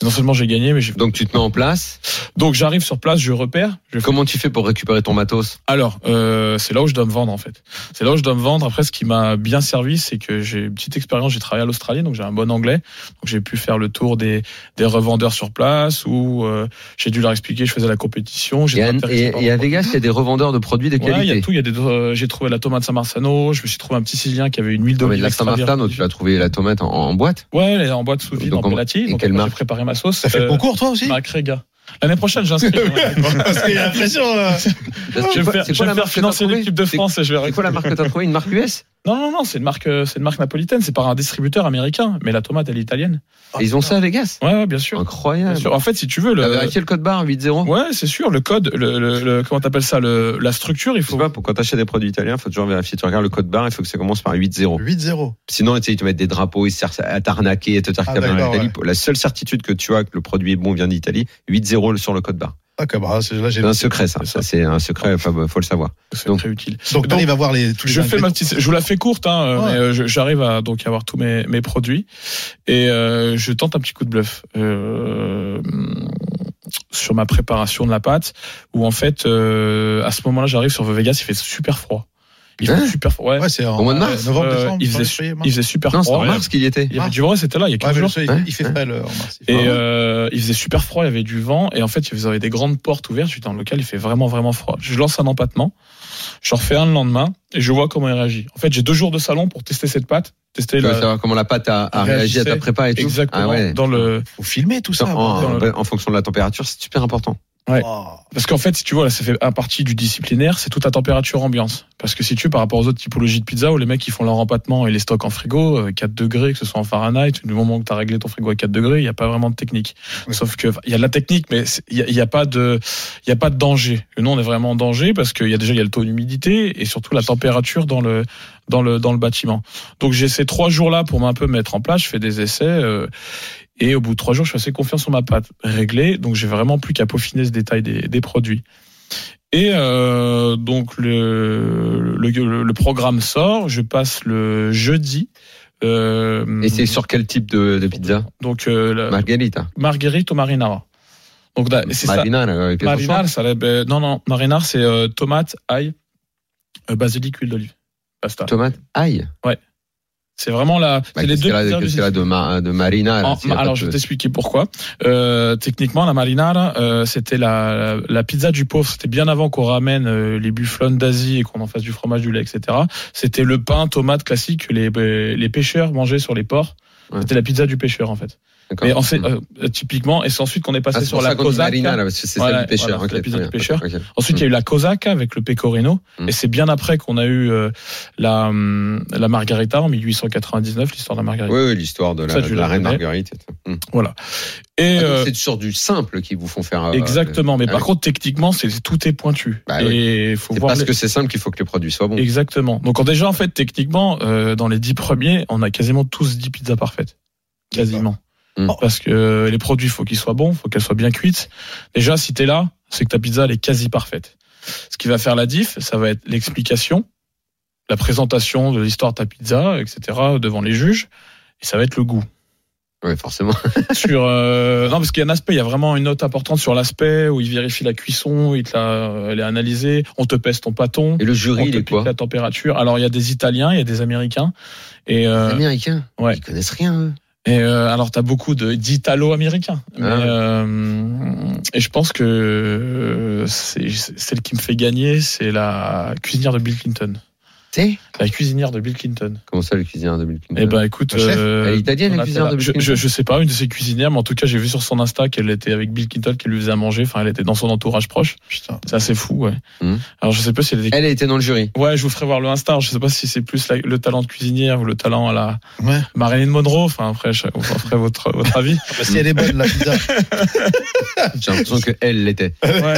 Speaker 4: non seulement j'ai gagné, mais j'ai
Speaker 1: Donc tu te mets en place.
Speaker 4: donc j'arrive sur place, je repère. Je...
Speaker 1: Comment tu fais pour récupérer ton matos
Speaker 4: Alors euh, c'est là où je dois me vendre en fait. C'est là où je dois me vendre. Après, ce qui m'a bien servi, c'est que j'ai une petite expérience. J'ai travaillé à l'Australie, donc j'ai un bon anglais. Donc j'ai pu faire le tour des des revendeurs sur place où euh, j'ai dû leur expliquer. que Je faisais la compétition.
Speaker 1: et
Speaker 4: j'étais
Speaker 1: à,
Speaker 4: intéressé
Speaker 1: et-
Speaker 4: par
Speaker 1: et
Speaker 4: le
Speaker 1: à Vegas, il y a des revendeurs de produits de
Speaker 4: Ouais, il y a
Speaker 1: qualité.
Speaker 4: tout. Il y a des. euh, j'ai trouvé la tomate Saint-Marçano. Je me suis trouvé un petit Sicilien qui avait une huile
Speaker 1: Non, Ah, mais
Speaker 4: d'olive.
Speaker 1: la Saint-Martin, tu
Speaker 4: extravergine.
Speaker 1: as trouvé la tomate en, en boîte.
Speaker 4: Ouais, elle est en boîte sous vide,
Speaker 1: Donc,
Speaker 4: en
Speaker 1: en-
Speaker 4: pelati.
Speaker 1: et
Speaker 4: Donc
Speaker 1: quelle
Speaker 4: après, j'ai
Speaker 1: marque
Speaker 4: préparé ma sauce.
Speaker 3: T'as fait le
Speaker 4: euh,
Speaker 3: concours, toi aussi
Speaker 4: Mac Rega. L'année prochaine, j'inscris. ouais.
Speaker 3: Parce qu'il y a l'impression. euh,
Speaker 4: Je vais me faire, je vais me faire
Speaker 1: que t'as
Speaker 4: financer
Speaker 1: trouvée
Speaker 4: l'équipe de
Speaker 1: C'est-
Speaker 4: France et je vais
Speaker 1: C'est quoi la marque que t'as trouvée Une marque US
Speaker 4: Non, non, non, c'est une marque, euh, c'est une marque napolitaine. C'est par un distributeur américain. Mais la tomate, elle est italienne.
Speaker 1: Et Ils ont ça à Vegas
Speaker 4: Ouais, ouais, Ah. bien sûr. Bien
Speaker 1: Incroyable.
Speaker 4: sûr. En fait, si tu veux,
Speaker 1: T'as
Speaker 4: le.
Speaker 1: vérifié le code barre 8-0
Speaker 4: Ouais, c'est sûr. Le code, le, le- le- comment t'appelles ça, le, la structure, il
Speaker 1: Je sais
Speaker 4: faut.
Speaker 1: pas, pour- quand t'achètes des produits italiens, faut toujours vérifier. Tu regardes le code barre, il faut que ça commence par 8-0.
Speaker 3: 8-0.
Speaker 1: Sinon, tu sais, ils te mettent des drapeaux, ils servent à t'arnaquer, à te dire
Speaker 3: Ah,
Speaker 1: que t'as
Speaker 3: d'accord,
Speaker 1: bien l'Italie.
Speaker 3: ouais.
Speaker 1: La seule certitude que tu as que le produit est bon vient d'Italie, 8-0 sur le code barre.
Speaker 3: Ah, comme, ah, c'est- là, j'ai.
Speaker 1: C'est un secret, ça.
Speaker 4: C'est ça. Ah.
Speaker 1: Ça, C'est un secret, faut, faut le savoir.
Speaker 4: C'est
Speaker 1: Donc-
Speaker 4: très utile.
Speaker 3: Donc, t'arrives à voir les, tous les
Speaker 4: je fais
Speaker 3: ingrédients.
Speaker 4: ma petite, je vous la fais courte, hein, euh,
Speaker 3: Ouais.
Speaker 4: mais euh, je- j'arrive à donc avoir tous mes, mes produits et euh, je tente un petit coup de bluff euh, sur ma préparation de la pâte où en fait euh, à ce moment-là j'arrive sur Vegas il fait super froid. Il faisait super froid. Ouais.
Speaker 3: Hein Ouais, c'est en
Speaker 1: Au mois de
Speaker 3: euh,
Speaker 1: mars
Speaker 3: novembre,
Speaker 4: Euh,
Speaker 3: décembre,
Speaker 4: il faisait-
Speaker 3: février, mars.
Speaker 4: Il faisait super
Speaker 1: Non, c'est en
Speaker 4: froid.
Speaker 1: mars qu'il y était.
Speaker 4: Il y avait du vent, c'était là, il y a
Speaker 3: Ouais,
Speaker 4: quelques
Speaker 3: mais le
Speaker 4: jours.
Speaker 3: soleil,
Speaker 1: Ouais,
Speaker 3: il fait
Speaker 1: Ah ouais.
Speaker 3: pas le en mars. il fait
Speaker 4: Et
Speaker 3: pas-
Speaker 4: euh, il faisait super froid, il y avait du vent, et en fait, ils avaient des grandes portes ouvertes. J'étais dans le local, il fait vraiment, vraiment froid. Je lance un empattement, je refais un le lendemain, et je vois comment il réagit. En fait, j'ai deux jours de salon pour tester cette pâte, tester
Speaker 1: Tu veux
Speaker 4: la-
Speaker 1: savoir comment la pâte a, a réagi
Speaker 4: réagissait.
Speaker 1: à ta prépa et tout.
Speaker 4: exactement
Speaker 1: Ah ouais.
Speaker 4: dans le.
Speaker 3: Faut filmer tout ça.
Speaker 1: en,
Speaker 3: bordel.
Speaker 1: en- en fonction de la température, c'est super important.
Speaker 4: ouais.
Speaker 3: Oh.
Speaker 4: Parce qu'en fait, si tu vois, là, ça fait un partie du disciplinaire, c'est toute la température ambiance. Parce que si tu, par rapport aux autres typologies de pizza où les mecs, ils font leur empattement et les stocks en frigo, euh, 4 degrés, que ce soit en Fahrenheit, du moment que tu as réglé ton frigo à 4 degrés, il n'y a pas vraiment de technique.
Speaker 3: Ouais.
Speaker 4: Sauf que, enfin, il y a de la technique, mais c'est- il n'y a, il y a pas de, il y a pas de danger. Et Nous, on est vraiment en danger parce qu'il y a déjà, il y a le taux d'humidité et surtout la température dans le, dans le, dans le bâtiment. Donc, j'ai ces trois jours-là pour un peu mettre en place, je fais des essais, euh, et au bout de trois jours, je suis assez confiant sur ma pâte réglée. Donc, j'ai vraiment plus qu'à peaufiner ce détail des, des produits. Et euh, donc, le, le, le- le programme sort. Je passe le jeudi. euh,
Speaker 1: Et c'est sur quel type de, de pizza
Speaker 4: Donc, euh, la-
Speaker 1: Margarita.
Speaker 4: marguerite au marinara. Donc, là, c'est ça.
Speaker 1: Marinara. avec les autres
Speaker 4: Marinara, ça, l'a- ben, non, non, marinara, c'est euh, tomate, ail, euh, basilic, huile d'olive. Basta.
Speaker 1: Tomate, ail.
Speaker 4: C'est vraiment la.
Speaker 1: Bah,
Speaker 4: c'est les
Speaker 1: Qu'est-ce
Speaker 4: deux.
Speaker 1: qu'elle a
Speaker 4: pizzas
Speaker 1: qu'est-ce
Speaker 4: du
Speaker 1: qu'elle a de, ma- de Marina là,
Speaker 4: En-
Speaker 1: s'il y a pas
Speaker 4: alors,
Speaker 1: de-
Speaker 4: je vais t'expliquer pourquoi. Euh, techniquement, la marinara, euh, c'était la, la pizza du pauvre. C'était bien avant qu'on ramène euh, les bufflons d'Asie et qu'on en fasse du fromage, du lait, etc. C'était le pain, tomate classique que les, euh, les pêcheurs mangeaient sur les ports.
Speaker 1: Ouais.
Speaker 4: C'était la pizza du pêcheur, en fait.
Speaker 1: D'accord.
Speaker 4: Et en fait,
Speaker 1: Mmh.
Speaker 4: euh, typiquement, et c'est ensuite qu'on est passé
Speaker 1: Ah, c'est
Speaker 4: sur
Speaker 1: pour
Speaker 4: la
Speaker 1: ça qu'on dit
Speaker 4: cosaque.
Speaker 1: Marina, là, parce que c'est
Speaker 4: Voilà,
Speaker 1: celle du pêcheur.
Speaker 4: voilà, c'est la
Speaker 1: ok,
Speaker 4: pizza
Speaker 1: très
Speaker 4: du
Speaker 1: bien,
Speaker 4: pêcheur.
Speaker 1: ok.
Speaker 4: Ensuite, il y a eu la Cosaque avec le Pecorino.
Speaker 1: Mm.
Speaker 4: Et c'est bien après qu'on a eu euh, la, hum, la Margarita en 1899, l'histoire de la Margarita.
Speaker 1: Oui, oui, l'histoire de la,
Speaker 4: Ça, tu
Speaker 1: de
Speaker 4: la
Speaker 1: la reine
Speaker 4: connais.
Speaker 1: Marguerite. et tout. Hum.
Speaker 4: Et,
Speaker 1: Ah, donc,
Speaker 4: euh,
Speaker 1: c'est sur du simple qu'ils vous font faire. euh,
Speaker 4: exactement. Mais
Speaker 1: ah
Speaker 4: par
Speaker 1: oui.
Speaker 4: contre, techniquement, c'est tout est pointu.
Speaker 1: Bah oui.
Speaker 4: et faut
Speaker 1: C'est
Speaker 4: voir.
Speaker 1: parce
Speaker 4: les-
Speaker 1: que c'est simple qu'il faut que les produits soient bons.
Speaker 4: Exactement. Donc en- déjà, en fait, techniquement, euh, dans les dix premiers, on a quasiment tous 10 pizzas parfaites. Quasiment.
Speaker 1: Mm.
Speaker 4: Parce que euh, les produits, faut qu'ils soient bons, faut qu'elles soient bien cuites. Déjà, si t'es là, c'est que ta pizza, elle est quasi parfaite. Ce qui va faire la diff, ça va être l'explication, la présentation de l'histoire de ta pizza, etc., devant les juges. Et ça va être le goût.
Speaker 1: Oui, forcément.
Speaker 4: sur euh, non parce qu'il y a un aspect il y a vraiment une note importante sur l'aspect où il vérifie la cuisson il te l'a elle est analysée on te pèse ton pâton
Speaker 1: Et le jury,
Speaker 4: on
Speaker 1: il
Speaker 4: te
Speaker 1: est
Speaker 4: pique
Speaker 1: quoi
Speaker 4: la température alors il y a des Italiens il y a des Américains et
Speaker 1: Les
Speaker 4: euh,
Speaker 1: Américains
Speaker 4: ouais.
Speaker 1: Ils connaissent rien, eux.
Speaker 4: et euh, alors t'as beaucoup de d'Italo-Américains mais
Speaker 1: Ah.
Speaker 4: euh, et je pense que euh, c'est c'est- celle qui me fait gagner c'est la cuisinière de Bill Clinton
Speaker 1: Tu sais
Speaker 4: la cuisinière de Bill Clinton
Speaker 1: Comment ça, le cuisinier de Bill Clinton
Speaker 4: Eh ben écoute,
Speaker 3: Le chef,
Speaker 4: euh,
Speaker 1: elle est italienne, la
Speaker 4: on a
Speaker 1: cuisinière de
Speaker 4: fait la-
Speaker 1: Bill
Speaker 4: je,
Speaker 1: Clinton
Speaker 4: je, je sais pas une de ses cuisinières, mais en tout cas j'ai vu sur son Insta qu'elle était avec Bill Clinton, qu'elle lui faisait à manger. Enfin, elle était dans son entourage proche.
Speaker 3: Putain.
Speaker 4: C'est assez fou, ouais.
Speaker 1: Mhm.
Speaker 4: Alors je sais pas si elle était.
Speaker 1: Elle a été dans le jury.
Speaker 4: Ouais, je vous ferai voir le Insta. Je sais pas si c'est plus la- le talent de cuisinière ou le talent à la
Speaker 3: Ouais.
Speaker 4: Marilyn Monroe. Enfin après, je- vous en ferez votre votre avis.
Speaker 3: Ah, bah, si elle est bonne, la pizza.
Speaker 1: J'ai l'impression qu'elle l'était.
Speaker 4: Ouais.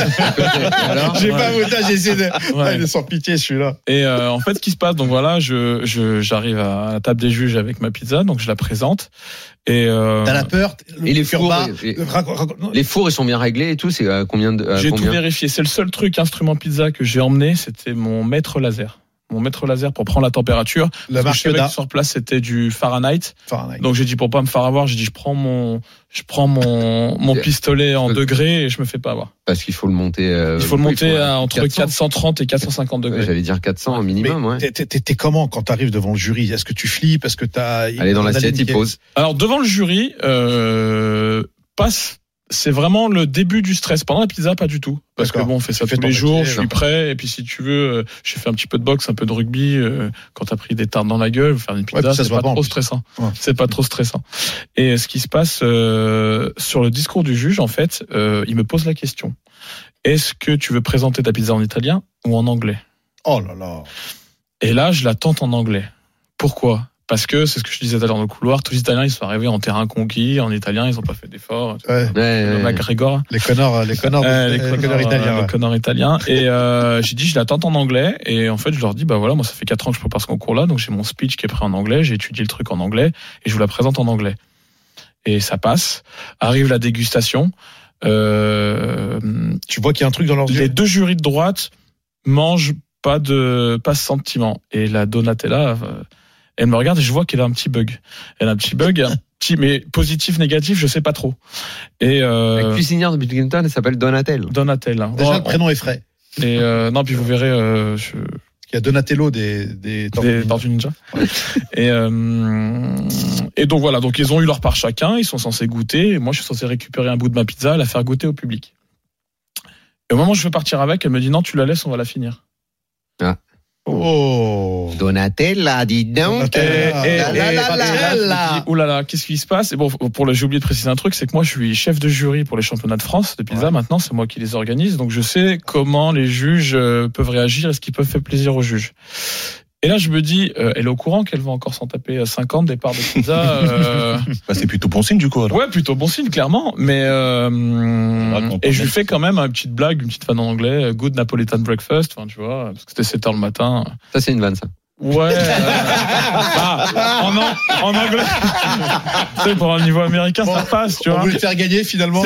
Speaker 1: Alors
Speaker 3: J'ai
Speaker 4: ouais.
Speaker 3: pas voté, j'ai essayé de. Ah,
Speaker 4: ouais.
Speaker 3: il est sans pitié celui-là.
Speaker 4: Et euh, en fait, ce qui se passe, donc voilà, je je- j'arrive à la table des juges avec ma pizza, donc je la présente. Et euh,
Speaker 3: T'as la peur, t- le
Speaker 1: Et les
Speaker 3: cœur
Speaker 1: fours,
Speaker 3: bas,
Speaker 1: et-
Speaker 3: le raco- raco- non,
Speaker 1: Les fours, ils sont bien réglés et tout. C'est à combien de. à
Speaker 4: J'ai tout
Speaker 1: Euh, combien
Speaker 4: vérifié. C'est le seul truc instrument pizza que j'ai emmené, c'était mon maître laser. Mon maître laser pour prendre la température.
Speaker 3: la
Speaker 4: Parce que
Speaker 3: marque
Speaker 4: je savais
Speaker 3: d'un.
Speaker 4: que sur place c'était du Fahrenheit.
Speaker 3: Enfin, ouais.
Speaker 4: Donc j'ai dit pour pas me faire avoir, j'ai dit je prends mon, je prends mon, mon pistolet en degrés et je me fais pas avoir.
Speaker 1: Parce qu'il faut le monter. euh,
Speaker 4: Il faut le
Speaker 1: oui,
Speaker 4: monter à entre
Speaker 1: 400.
Speaker 4: 430 et 450
Speaker 1: Ouais,
Speaker 4: degrés.
Speaker 1: J'allais dire 400 au
Speaker 3: Mais
Speaker 1: minimum, ouais.
Speaker 3: t'es- t'es- T'es t'es comment quand t'arrives devant le jury Est-ce que tu flippes Est-ce que t'as
Speaker 1: Elle est dans l'assiette, il pose.
Speaker 4: Alors devant le jury, euh, passe. C'est vraiment le début du stress. Pendant la pizza, pas du tout. Parce que
Speaker 3: D'accord.
Speaker 4: bon, on fait ça
Speaker 3: Tu fais
Speaker 4: tous
Speaker 3: ton
Speaker 4: les
Speaker 3: métier,
Speaker 4: jours, je suis
Speaker 3: genre.
Speaker 4: prêt. Et puis si tu veux, euh, j'ai fait un petit peu de boxe, un peu de rugby. euh, Quand t'as pris des tartes dans la gueule, faire une
Speaker 3: Ouais, puis
Speaker 4: pizza,
Speaker 3: ça se
Speaker 4: c'est
Speaker 3: voit
Speaker 4: pas,
Speaker 3: pas, en
Speaker 4: trop
Speaker 3: plus.
Speaker 4: stressant.
Speaker 3: Ouais.
Speaker 4: C'est pas trop stressant. Et ce qui se passe euh, sur le discours du juge, en fait, euh, il me pose la question. Est-ce que tu veux présenter ta pizza en italien ou en anglais
Speaker 3: Oh là là.
Speaker 4: et là, je la tente en anglais. Pourquoi Parce que c'est ce que je disais tout à l'heure dans le couloir, tous les Italiens, ils sont arrivés en terrain conquis, en italien, ils n'ont pas fait d'efforts.
Speaker 3: Ouais,
Speaker 1: Ouais, ouais,
Speaker 4: Le
Speaker 1: ouais.
Speaker 4: McGregor,
Speaker 3: les connards, les connards, de-
Speaker 4: euh,
Speaker 3: les connards italiens.
Speaker 4: les
Speaker 3: ouais.
Speaker 4: connards italiens. Et euh, j'ai dit, je la tente en anglais. Et en fait, je leur dis, bah voilà, moi, ça fait 4 ans que je prépare ce concours-là, donc j'ai mon speech qui est prêt en anglais, j'ai étudié le truc en anglais, et je vous la présente en anglais. Et ça passe. Arrive la dégustation. Euh,
Speaker 3: Tu vois qu'il y a un truc dans leurs
Speaker 4: les
Speaker 3: yeux.
Speaker 4: deux jurys de droite mangent pas de pas ce sentiment. Et la Donatella, euh, elle me regarde et je vois qu'elle a un petit bug. Elle a un petit bug, un petit mais positif, négatif, je sais pas trop. Et
Speaker 1: La
Speaker 4: euh,
Speaker 1: cuisinière de Bill Clinton, elle s'appelle Donatelle.
Speaker 4: Donatella.
Speaker 3: Déjà,
Speaker 4: Oh,
Speaker 3: le prénom est frais.
Speaker 4: et euh, non, puis vous verrez, euh, je-
Speaker 3: qui a Donatello des, des Tortues
Speaker 4: des
Speaker 3: Ninja.
Speaker 4: Tortues Ninja. et, euh, et donc voilà, donc ils ont eu leur part chacun, ils sont censés goûter, et moi je suis censé récupérer un bout de ma pizza, la faire goûter au public. Et au moment où je veux partir avec, elle me dit non, tu la laisses, on va la finir.
Speaker 3: Oh
Speaker 1: Donatella, dis donc.
Speaker 4: Et,
Speaker 3: Ah,
Speaker 4: et-
Speaker 1: Eh, la, la,
Speaker 4: et-
Speaker 1: la,
Speaker 4: et
Speaker 1: la,
Speaker 4: là, je me
Speaker 1: la.
Speaker 4: dis, Ouh là là, qu'est-ce eh, qui se passe Et bon, pour le, j'ai oublié de préciser un truc, c'est que moi je suis chef de jury pour les championnats de France de pizza. Maintenant, c'est moi qui les organise, donc je sais comment les juges euh, peuvent réagir, est-ce qu'ils peuvent faire plaisir aux juges. Et là, je me dis, euh, elle est au courant qu'elle va encore s'en taper euh, 50 départs de pizza. euh,
Speaker 2: Bah, c'est plutôt bon signe du coup. alors.
Speaker 4: Ouais, plutôt bon signe, clairement. Mais euh,
Speaker 2: raconte
Speaker 4: et je
Speaker 2: pas
Speaker 4: lui
Speaker 2: mal.
Speaker 4: fais quand même une petite blague, une petite fan en anglais, euh, good Napolitan breakfast, enfin tu vois, parce que c'était 7 heures le matin.
Speaker 1: Ça, c'est une vanne, ça.
Speaker 4: Ouais. euh, bah, en, an- en anglais. tu sais, pour un niveau américain, ça passe, tu
Speaker 3: On
Speaker 4: vois.
Speaker 3: voulait le faire gagner finalement.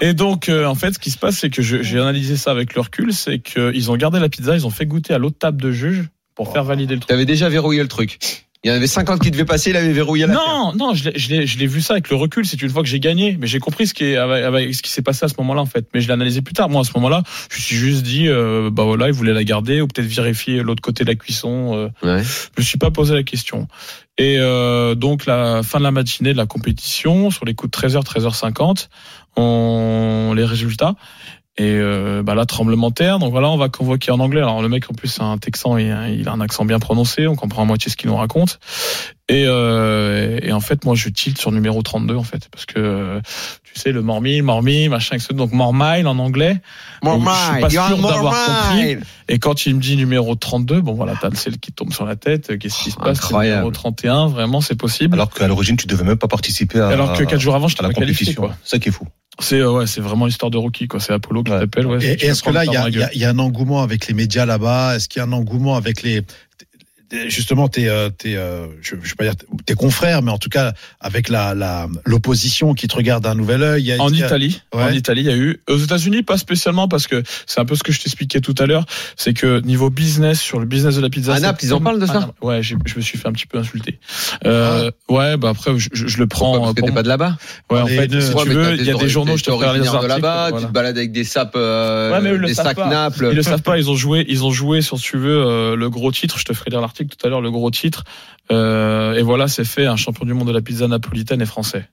Speaker 4: Et donc, euh, en fait, ce qui se passe, c'est que je- j'ai analysé ça avec le recul, c'est qu'ils ont gardé la pizza, ils ont fait goûter à l'autre table de juge pour faire valider le truc.
Speaker 1: Tu avais déjà verrouillé le truc. Il y en avait 50 qui devaient passer, il avait verrouillé la
Speaker 4: Non, non, je l'ai- je l'ai je l'ai vu ça avec le recul. C'est une fois que j'ai gagné, mais j'ai compris ce qui est avec- avec ce qui s'est passé à ce moment-là en fait. Mais je l'ai analysé plus tard. Moi, à ce moment-là, je me suis juste dit, euh, bah voilà, ils voulaient la garder ou peut-être vérifier l'autre côté de la cuisson. euh.
Speaker 1: Ouais.
Speaker 4: Je me suis pas posé la question. Et euh, donc la fin de la matinée de la compétition, sur les coups de 13h, 13h50, on les résultats. Et euh, bah là, tremblement de terre. Donc voilà, on va convoquer en anglais. Alors le mec, en plus, c'est un Texan, il a, il a un accent bien prononcé. On comprend à moitié ce qu'il nous raconte. Et, euh, et en fait, moi, je tilt sur numéro 32, en fait. Parce que, euh, tu sais, le Mormil, Mormil, machin, etc. Donc Mormile en anglais.
Speaker 1: More
Speaker 4: Donc, je suis pas
Speaker 1: mile, you
Speaker 4: sûr
Speaker 1: are more
Speaker 4: d'avoir compris.
Speaker 1: mile.
Speaker 4: Et quand il me dit numéro 32, bon voilà, t'as le sel qui tombe sur la tête. euh, Qu'est-ce qui se
Speaker 1: Oh,
Speaker 4: passe C'est le
Speaker 1: incroyable.
Speaker 4: Numéro 31, vraiment, c'est possible. Alors,
Speaker 2: Alors qu'à l'origine, tu devais même pas participer à,
Speaker 4: Mm.
Speaker 1: euh,
Speaker 4: que quatre jours avant, je
Speaker 2: à
Speaker 4: t'ai
Speaker 2: la
Speaker 4: pas qualifié,
Speaker 2: compétition.
Speaker 4: quoi.
Speaker 2: C'est ça qui est fou.
Speaker 4: C'est euh, ouais, c'est vraiment l'histoire de Rocky, quoi. C'est Apollo qui
Speaker 2: Ouais.
Speaker 4: t'appelle. Ouais,
Speaker 3: Et,
Speaker 4: tu
Speaker 3: et
Speaker 4: vas
Speaker 3: est-ce que
Speaker 4: prendre
Speaker 3: là,
Speaker 4: ça
Speaker 3: il y,
Speaker 4: dans
Speaker 3: a-
Speaker 4: la
Speaker 3: il y
Speaker 4: gueule.
Speaker 3: a- il y a un engouement avec les médias là-bas Est-ce qu'il y a un engouement avec les les- justement tes, euh, tes, euh, je, je vais pas dire tes confrères, mais en tout cas avec la la- l'opposition qui te regarde d'un nouvel œil. il y a-
Speaker 4: En
Speaker 3: il y a-
Speaker 4: Italie,
Speaker 3: Ouais.
Speaker 4: en Italie, il y a eu. Aux États-Unis, pas spécialement, parce que c'est un peu ce que je t'expliquais tout à l'heure. C'est que niveau business, sur le business de la pizza.
Speaker 1: À
Speaker 4: c'est-
Speaker 1: Naples, ils en parlent de
Speaker 4: Ah,
Speaker 1: ça Ah.
Speaker 4: non, Ouais, j'ai- je me suis fait un petit peu insulter. Euh, Ouais, bah après, je, je- je le prends.
Speaker 1: Parce que
Speaker 4: pour
Speaker 1: t'es pas de là-bas.
Speaker 4: Ouais, en
Speaker 3: Et
Speaker 4: fait,
Speaker 3: de-
Speaker 4: si
Speaker 1: Ouais,
Speaker 4: tu
Speaker 1: mais t'as
Speaker 4: veux, il y a des journaux, je te
Speaker 1: t'es
Speaker 4: ferai les
Speaker 1: originaire de
Speaker 4: articles.
Speaker 1: là-bas,
Speaker 4: voilà.
Speaker 1: tu te balades avec des sapes, euh,
Speaker 4: Ouais, mais eux, ils le
Speaker 1: des
Speaker 4: savent
Speaker 1: sacs
Speaker 4: pas.
Speaker 1: Naples.
Speaker 4: Ils le savent pas, ils ont joué, ils ont joué sur, si tu veux, euh, le gros titre. Je te ferai lire l'article tout à l'heure, le gros titre. Euh, et voilà, c'est fait, un champion du monde de la pizza napolitaine et français.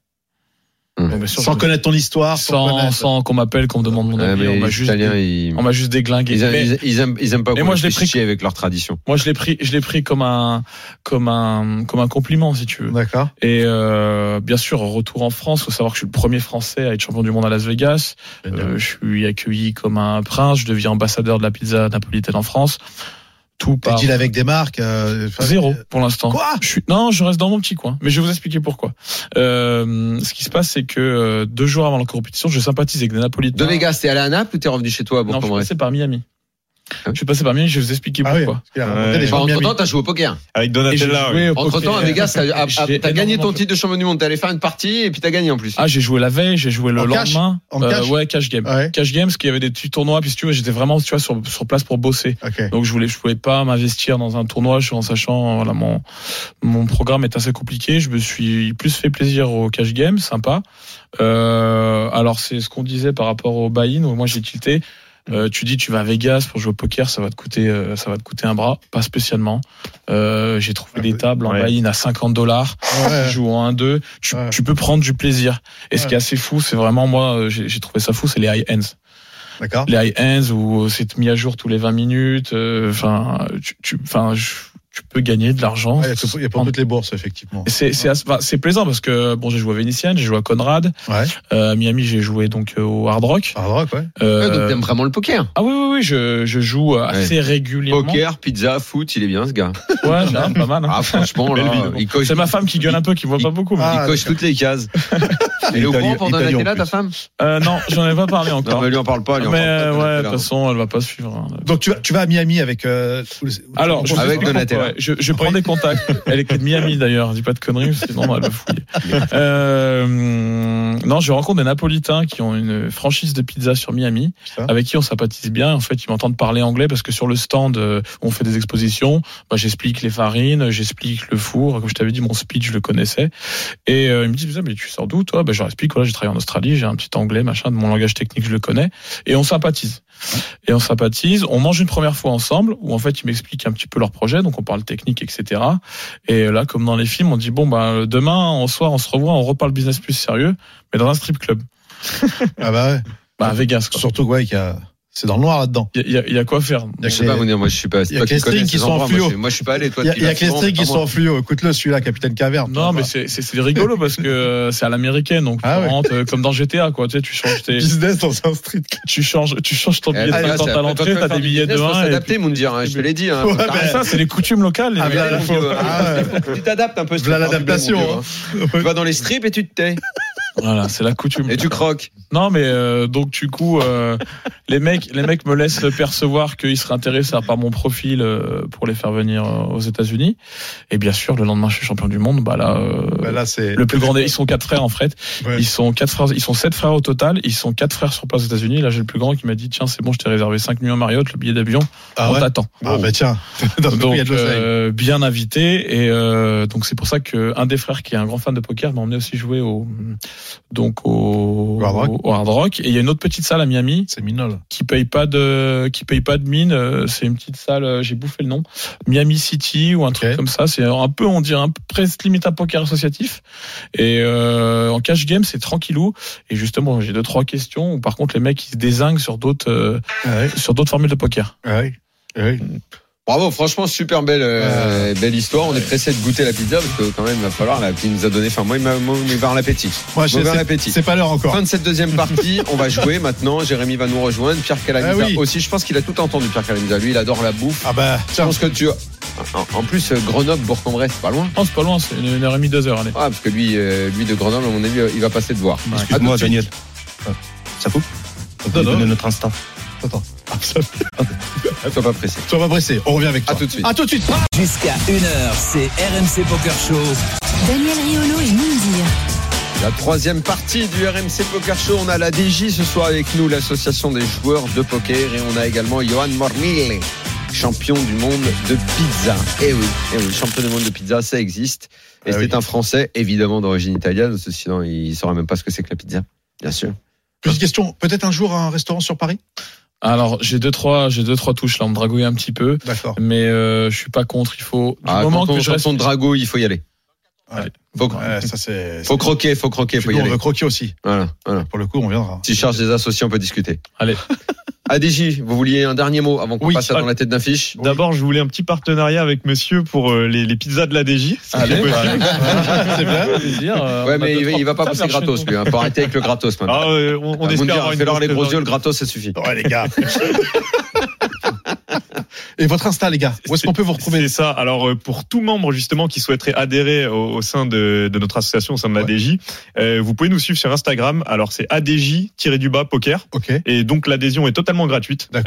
Speaker 1: Hum.
Speaker 4: Donc, bien sûr,
Speaker 3: sans
Speaker 4: je-
Speaker 3: connaître ton histoire, sans
Speaker 4: sans,
Speaker 3: connaître-
Speaker 4: sans qu'on m'appelle, qu'on me demande mon
Speaker 1: Ouais,
Speaker 4: avis.
Speaker 1: mais
Speaker 4: on m'a
Speaker 1: les
Speaker 4: juste,
Speaker 1: Italiens, ils...
Speaker 4: on m'a juste déglingué.
Speaker 1: Ils, aiment,
Speaker 4: Mais
Speaker 1: ils- ils aiment, ils aiment pas
Speaker 4: Mais
Speaker 1: qu'on
Speaker 4: moi,
Speaker 1: les
Speaker 4: je l'ai
Speaker 1: fait
Speaker 4: pris-
Speaker 1: chier avec leur tradition.
Speaker 4: moi, je l'ai pris, je l'ai pris comme un, comme un, comme un compliment, si tu veux.
Speaker 3: D'accord.
Speaker 4: Et euh, bien sûr, retour en France, faut savoir que je suis le premier Français à être champion du monde à Las Vegas. Euh, je suis accueilli comme un prince, je deviens ambassadeur de la pizza napolitaine en France. Tout
Speaker 3: T'as
Speaker 4: par
Speaker 3: deal avec des marques. euh, enfin,
Speaker 4: zéro pour l'instant.
Speaker 3: Quoi
Speaker 4: Je suis non, je reste dans mon petit coin, mais je vais vous expliquer pourquoi. Euh, ce qui se passe, c'est que euh, deux jours avant la compétition, je sympathise avec des
Speaker 1: De
Speaker 4: Napolitains.
Speaker 1: Vegas, t'es allé à Naples ou t'es revenu chez toi à
Speaker 4: non, je suis
Speaker 1: Bourg-en-Bresse
Speaker 4: passé par Miami.
Speaker 1: Ah oui
Speaker 4: Je suis passé par Miami, je vais vous expliquer
Speaker 3: Ah oui.
Speaker 4: pourquoi.
Speaker 3: parce qu'il a rencontré
Speaker 5: Ouais.
Speaker 3: des gens de
Speaker 1: Entre temps,
Speaker 3: Miami.
Speaker 1: t'as joué au poker.
Speaker 4: Et j'ai
Speaker 5: Avec Donatella.
Speaker 4: joué au
Speaker 1: Entre temps, à
Speaker 4: poker.
Speaker 1: Vegas, t'as à- à-
Speaker 4: J'ai
Speaker 1: t'as gagné ton
Speaker 4: énormément
Speaker 1: titre de champion du monde. T'es allé faire une partie et puis t'as gagné en plus.
Speaker 4: Ah, j'ai joué la veille, j'ai joué le
Speaker 3: En cash
Speaker 4: lendemain. Euh,
Speaker 3: En cash Ah
Speaker 4: ouais, cash game.
Speaker 3: Ouais.
Speaker 4: Cash game, parce qu'il y avait des petits tournois, puis si tu veux, j'étais vraiment tu vois, sur, sur place pour bosser.
Speaker 3: Ok.
Speaker 4: Donc je voulais, je pouvais pas m'investir dans un tournoi je- en sachant voilà mon mon programme est assez compliqué. Je me suis plus fait plaisir au cash game, sympa. Euh, alors c'est ce qu'on disait par rapport au buy-in où moi j'ai tilté. Euh, tu dis tu vas à Vegas pour jouer au poker, ça va te coûter euh, ça va te coûter un bras, pas spécialement. Euh, j'ai trouvé des tables en
Speaker 5: Ouais.
Speaker 4: buy-in à 50 dollars
Speaker 3: Ouais.
Speaker 4: tu joues en 1-2, tu,
Speaker 3: Ouais.
Speaker 4: tu peux prendre du plaisir. Et ce
Speaker 3: Ouais.
Speaker 4: qui est assez fou, c'est vraiment, moi, euh, j'ai j'ai trouvé ça fou, c'est les high-ends.
Speaker 3: D'accord.
Speaker 4: Les high-ends où c'est mis à jour tous les 20 minutes, euh, enfin, tu, tu, enfin, je- tu peux gagner de l'argent.
Speaker 3: Ouais, Il y a tout- il y a pour toutes les bourses effectivement.
Speaker 4: Et c'est c'est assez- enfin, c'est plaisant parce que bon j'ai joué à Vénitienne, j'ai joué à Conrad,
Speaker 3: Ouais.
Speaker 4: euh, à Miami j'ai joué donc euh, au Hard Rock.
Speaker 3: Hard Rock, ouais.
Speaker 1: Ouais,
Speaker 4: Euh,
Speaker 1: Donc t'aimes vraiment le poker.
Speaker 4: ah oui oui oui je, je joue euh, assez régulièrement.
Speaker 1: Poker, pizza, foot, il est bien ce gars.
Speaker 4: Ouais j'aime pas mal. hein.
Speaker 1: Ah franchement là,
Speaker 5: Belle vie,
Speaker 1: il coche,
Speaker 4: c'est ma femme qui gueule un peu qui voit pas beaucoup. mais-
Speaker 1: il
Speaker 3: Ah,
Speaker 1: coche toutes les cases. Elle est au
Speaker 2: Italien-
Speaker 1: courant pour
Speaker 2: Italien, en
Speaker 1: Donatella
Speaker 2: plus.
Speaker 1: ta femme
Speaker 4: Euh, non j'en ai pas parlé
Speaker 1: Non
Speaker 4: encore.
Speaker 1: mais lui en parle pas. Lui en
Speaker 4: mais
Speaker 1: parle pas de
Speaker 4: euh, ouais de
Speaker 1: Donatella.
Speaker 4: toute façon elle va pas suivre. hein.
Speaker 3: Donc tu vas, tu vas à Miami avec. euh, tous les-
Speaker 4: Alors, je vous
Speaker 1: Avec
Speaker 4: explique
Speaker 1: Donatella.
Speaker 4: pourquoi. Je, je prends des contacts. Elle est de Miami d'ailleurs. Dis pas de conneries, sinon elle va fouiller. Euh, hum, non, je rencontre des Napolitains qui ont une franchise de pizza sur Miami,
Speaker 3: Putain.
Speaker 4: avec qui on sympathise bien. En fait, ils m'entendent parler anglais parce que sur le stand euh, où on fait des expositions, bah, j'explique les farines, j'explique le four. Comme je t'avais dit, mon speech, je le connaissais. Et euh, ils me disent, Putain, mais tu Ben, sors d'où toi bah, Je leur explique, voilà, j'ai travaillé en Australie, j'ai un petit anglais, machin, de mon langage technique, je le connais. Et on sympathise. Et on sympathise, on mange une première fois ensemble, où en fait ils m'expliquent un petit peu leur projet, donc on parle technique, etc. Et là, comme dans les films, on dit bon bah demain, en soir, on se revoit, on reparle business plus sérieux, mais dans un strip club,
Speaker 3: Ah bah ouais.
Speaker 4: bah à Vegas. quoi.
Speaker 3: Surtout ouais, qu'il y a- c'est dans le noir là-dedans.
Speaker 4: Il y, a- il y a quoi faire
Speaker 3: Il y a
Speaker 1: Je sais pas,
Speaker 3: que les-
Speaker 1: moi je suis pas.
Speaker 3: Il y a que les strings qui sont en
Speaker 1: Moi,
Speaker 3: fluo.
Speaker 1: je- moi, je suis pas allé. Toi,
Speaker 3: il y a-
Speaker 1: tu
Speaker 3: il y a
Speaker 1: vas
Speaker 3: que les
Speaker 1: souvent,
Speaker 3: strings
Speaker 1: mais
Speaker 3: qui
Speaker 1: pas
Speaker 3: sont en fluo. Écoute-le, celui-là, Capitaine Caverne.
Speaker 4: Non, mais c'est c'est- c'est rigolo parce que euh, c'est à l'américaine, donc tu
Speaker 3: Ah ouais.
Speaker 4: rentres euh, comme dans GTA, quoi. Tu sais, tu changes, tes-
Speaker 3: business dans un street.
Speaker 4: tu changes, tu changes ton
Speaker 1: Eh,
Speaker 4: billet de
Speaker 1: bah, là,
Speaker 4: 50
Speaker 1: c'est-
Speaker 4: à l'entrée,
Speaker 1: toi,
Speaker 4: t'as des billets de
Speaker 1: faut
Speaker 4: 1 et puis-
Speaker 1: s'adapter, Moundir, hein, je te l'ai dit. hein.
Speaker 3: Ouais,
Speaker 1: Faut
Speaker 3: bah,
Speaker 1: t'arrêter,
Speaker 4: Ah, ça, c'est les coutumes locales. les
Speaker 3: Ah,
Speaker 4: mecs.
Speaker 3: bah, là,
Speaker 1: mon
Speaker 3: faut-
Speaker 1: Dieu.
Speaker 3: ah, ouais.
Speaker 1: Faut que Tu t'adaptes un peu.
Speaker 3: Voilà l'adaptation,
Speaker 1: mon Dieu, hein. Tu vas dans les strips et tu te tais.
Speaker 4: Voilà, c'est la coutume.
Speaker 1: Et tu croques.
Speaker 4: Non, mais euh, donc du coup, euh, les mecs, les mecs me laissent percevoir qu'ils seraient intéressés par mon profil euh, pour les faire venir euh, aux États-Unis. Et bien sûr, le lendemain, je suis champion du monde. Bah là, euh,
Speaker 3: Bah là, c'est
Speaker 4: le plus grand. des- Ils sont quatre frères en fait.
Speaker 3: Ouais.
Speaker 4: Ils sont quatre frères. Ils sont sept frères au total. Ils sont quatre frères sur place aux États-Unis. Là, j'ai le plus grand qui m'a dit tiens, c'est bon, je t'ai réservé 5 millions Marriott, le billet d'avion.
Speaker 3: Ah
Speaker 4: on
Speaker 3: ouais.
Speaker 4: t'attend.
Speaker 3: Ah bah tiens. Dans le coup, il y a
Speaker 4: Donc
Speaker 3: de l'oseille.
Speaker 4: euh, bien invité et euh, donc c'est pour ça que un des frères qui est un grand fan de poker m'a emmené aussi jouer au donc au,
Speaker 3: Au Hard Rock.
Speaker 4: au Hard Rock. et il y a une autre petite salle à Miami
Speaker 3: C'est minol.
Speaker 4: qui paye pas de qui paye pas de mine euh, c'est une petite salle euh, j'ai bouffé le nom Miami City ou un truc
Speaker 3: Ok.
Speaker 4: comme ça c'est un peu on dirait un peu presque limite un poker associatif et euh, en cash game c'est tranquillou et justement j'ai deux trois questions où par contre les mecs ils se désinguent sur d'autres euh,
Speaker 3: Ah ouais.
Speaker 4: sur d'autres formules de poker
Speaker 3: Ah ouais. Ah ouais.
Speaker 1: Bravo, franchement, super belle, euh,
Speaker 3: Ah.
Speaker 1: belle histoire. On est pressé de goûter la pizza parce que quand même, il va falloir. La pizza nous a donné. Enfin, moi, il m'a moi, il m'a ouvert l'appétit.
Speaker 3: Moi,
Speaker 1: Mauvais
Speaker 3: je
Speaker 1: appétit.
Speaker 3: sais- c'est pas l'heure encore.
Speaker 1: Fin de cette deuxième partie, on va jouer maintenant. Jérémy va nous rejoindre. Pierre Calamisa
Speaker 3: Ah oui.
Speaker 1: aussi. Je pense qu'il a tout entendu, Pierre Calamisa. Lui, il adore la bouffe.
Speaker 3: Ah bah
Speaker 1: Je
Speaker 3: tiens.
Speaker 1: pense que tu. En- En plus, euh, Grenoble, Bourg-en-Bresse, pas loin.
Speaker 4: non c'est pas loin c'est une, une heure et demie deux heures allez
Speaker 1: Ah, parce que lui, euh, lui de Grenoble, à mon avis, euh, il va passer de voir.
Speaker 4: Ouais.
Speaker 2: Excuse-moi,
Speaker 1: Ah, tout de
Speaker 2: Daniel. Ah, Ça coupe On
Speaker 3: Non,
Speaker 2: peut
Speaker 3: non.
Speaker 2: donner notre instinct.
Speaker 1: Sois pas pressé.
Speaker 3: Sois pas pressé. On revient avec
Speaker 1: À
Speaker 3: toi.
Speaker 1: tout de suite.
Speaker 3: À tout de suite.
Speaker 6: Jusqu'à 1h, c'est RMC Poker Show.
Speaker 7: Daniel Riolo et Moundir.
Speaker 1: La troisième partie du RMC Poker Show, on a la DJ ce soir avec nous, l'association des joueurs de poker, et on a également Johan Mormille, champion du monde de pizza. Eh oui, eh oui, champion du monde de pizza, ça existe. Et
Speaker 3: Ah
Speaker 1: c'est
Speaker 3: oui.
Speaker 1: un Français, évidemment d'origine italienne, parce que sinon il saurait même pas ce que c'est que la pizza. Bien sûr.
Speaker 3: Petite question. Peut-être un jour un restaurant sur Paris
Speaker 4: Alors j'ai deux trois j'ai deux trois touches là, on me dragouille un petit peu,
Speaker 3: D'accord.
Speaker 4: mais euh, je suis pas contre. Il faut du
Speaker 1: Ah,
Speaker 4: moment
Speaker 1: quand on
Speaker 4: que je
Speaker 1: sent
Speaker 4: reste.
Speaker 1: son drago, il faut y aller.
Speaker 3: Ouais.
Speaker 1: Faut, cro-
Speaker 3: Ouais, ça c'est.
Speaker 1: faut croquer, faut croquer,
Speaker 3: Puis
Speaker 1: faut
Speaker 3: nous,
Speaker 1: y
Speaker 3: on
Speaker 1: aller.
Speaker 3: veut croquer aussi.
Speaker 1: Voilà, voilà.
Speaker 3: Pour le coup, on viendra.
Speaker 1: Si je charge des associés, on peut discuter.
Speaker 4: Allez.
Speaker 1: ADJ, vous vouliez un dernier mot avant qu'on
Speaker 5: Oui.
Speaker 1: passe à dans la tête d'un fiche
Speaker 5: D'abord, je voulais un petit partenariat avec monsieur pour euh, les, les pizzas de la DJ.
Speaker 4: Allez, bah,
Speaker 3: C'est bien.
Speaker 4: je veux dire, euh, on
Speaker 1: Ouais,
Speaker 4: a
Speaker 1: mais
Speaker 4: deux,
Speaker 1: il, va-
Speaker 4: trois
Speaker 1: il va pas
Speaker 4: tables
Speaker 1: passer
Speaker 4: à faire
Speaker 1: gratos,
Speaker 4: chez
Speaker 1: lui. Hein. Faut arrêter avec le gratos, maintenant.
Speaker 5: Ah, euh, on, on
Speaker 1: Ah,
Speaker 5: espère
Speaker 1: Moundir,
Speaker 5: avoir une
Speaker 1: fais-leur les
Speaker 5: grosse
Speaker 1: gros
Speaker 5: trésorerie.
Speaker 1: yeux, le gratos, ça suffit.
Speaker 3: Ouais, les gars. Et votre Insta, les gars, où est-ce qu'on peut vous retrouver
Speaker 5: C'est ça. Alors euh, pour tout membre justement qui souhaiterait adhérer au, au sein de, de notre association, au sein de l'ADJ, euh, vous pouvez nous suivre sur Instagram. Alors c'est ADJ du bas poker.
Speaker 3: Ok.
Speaker 5: Et donc l'adhésion est totalement gratuite. Euh, Il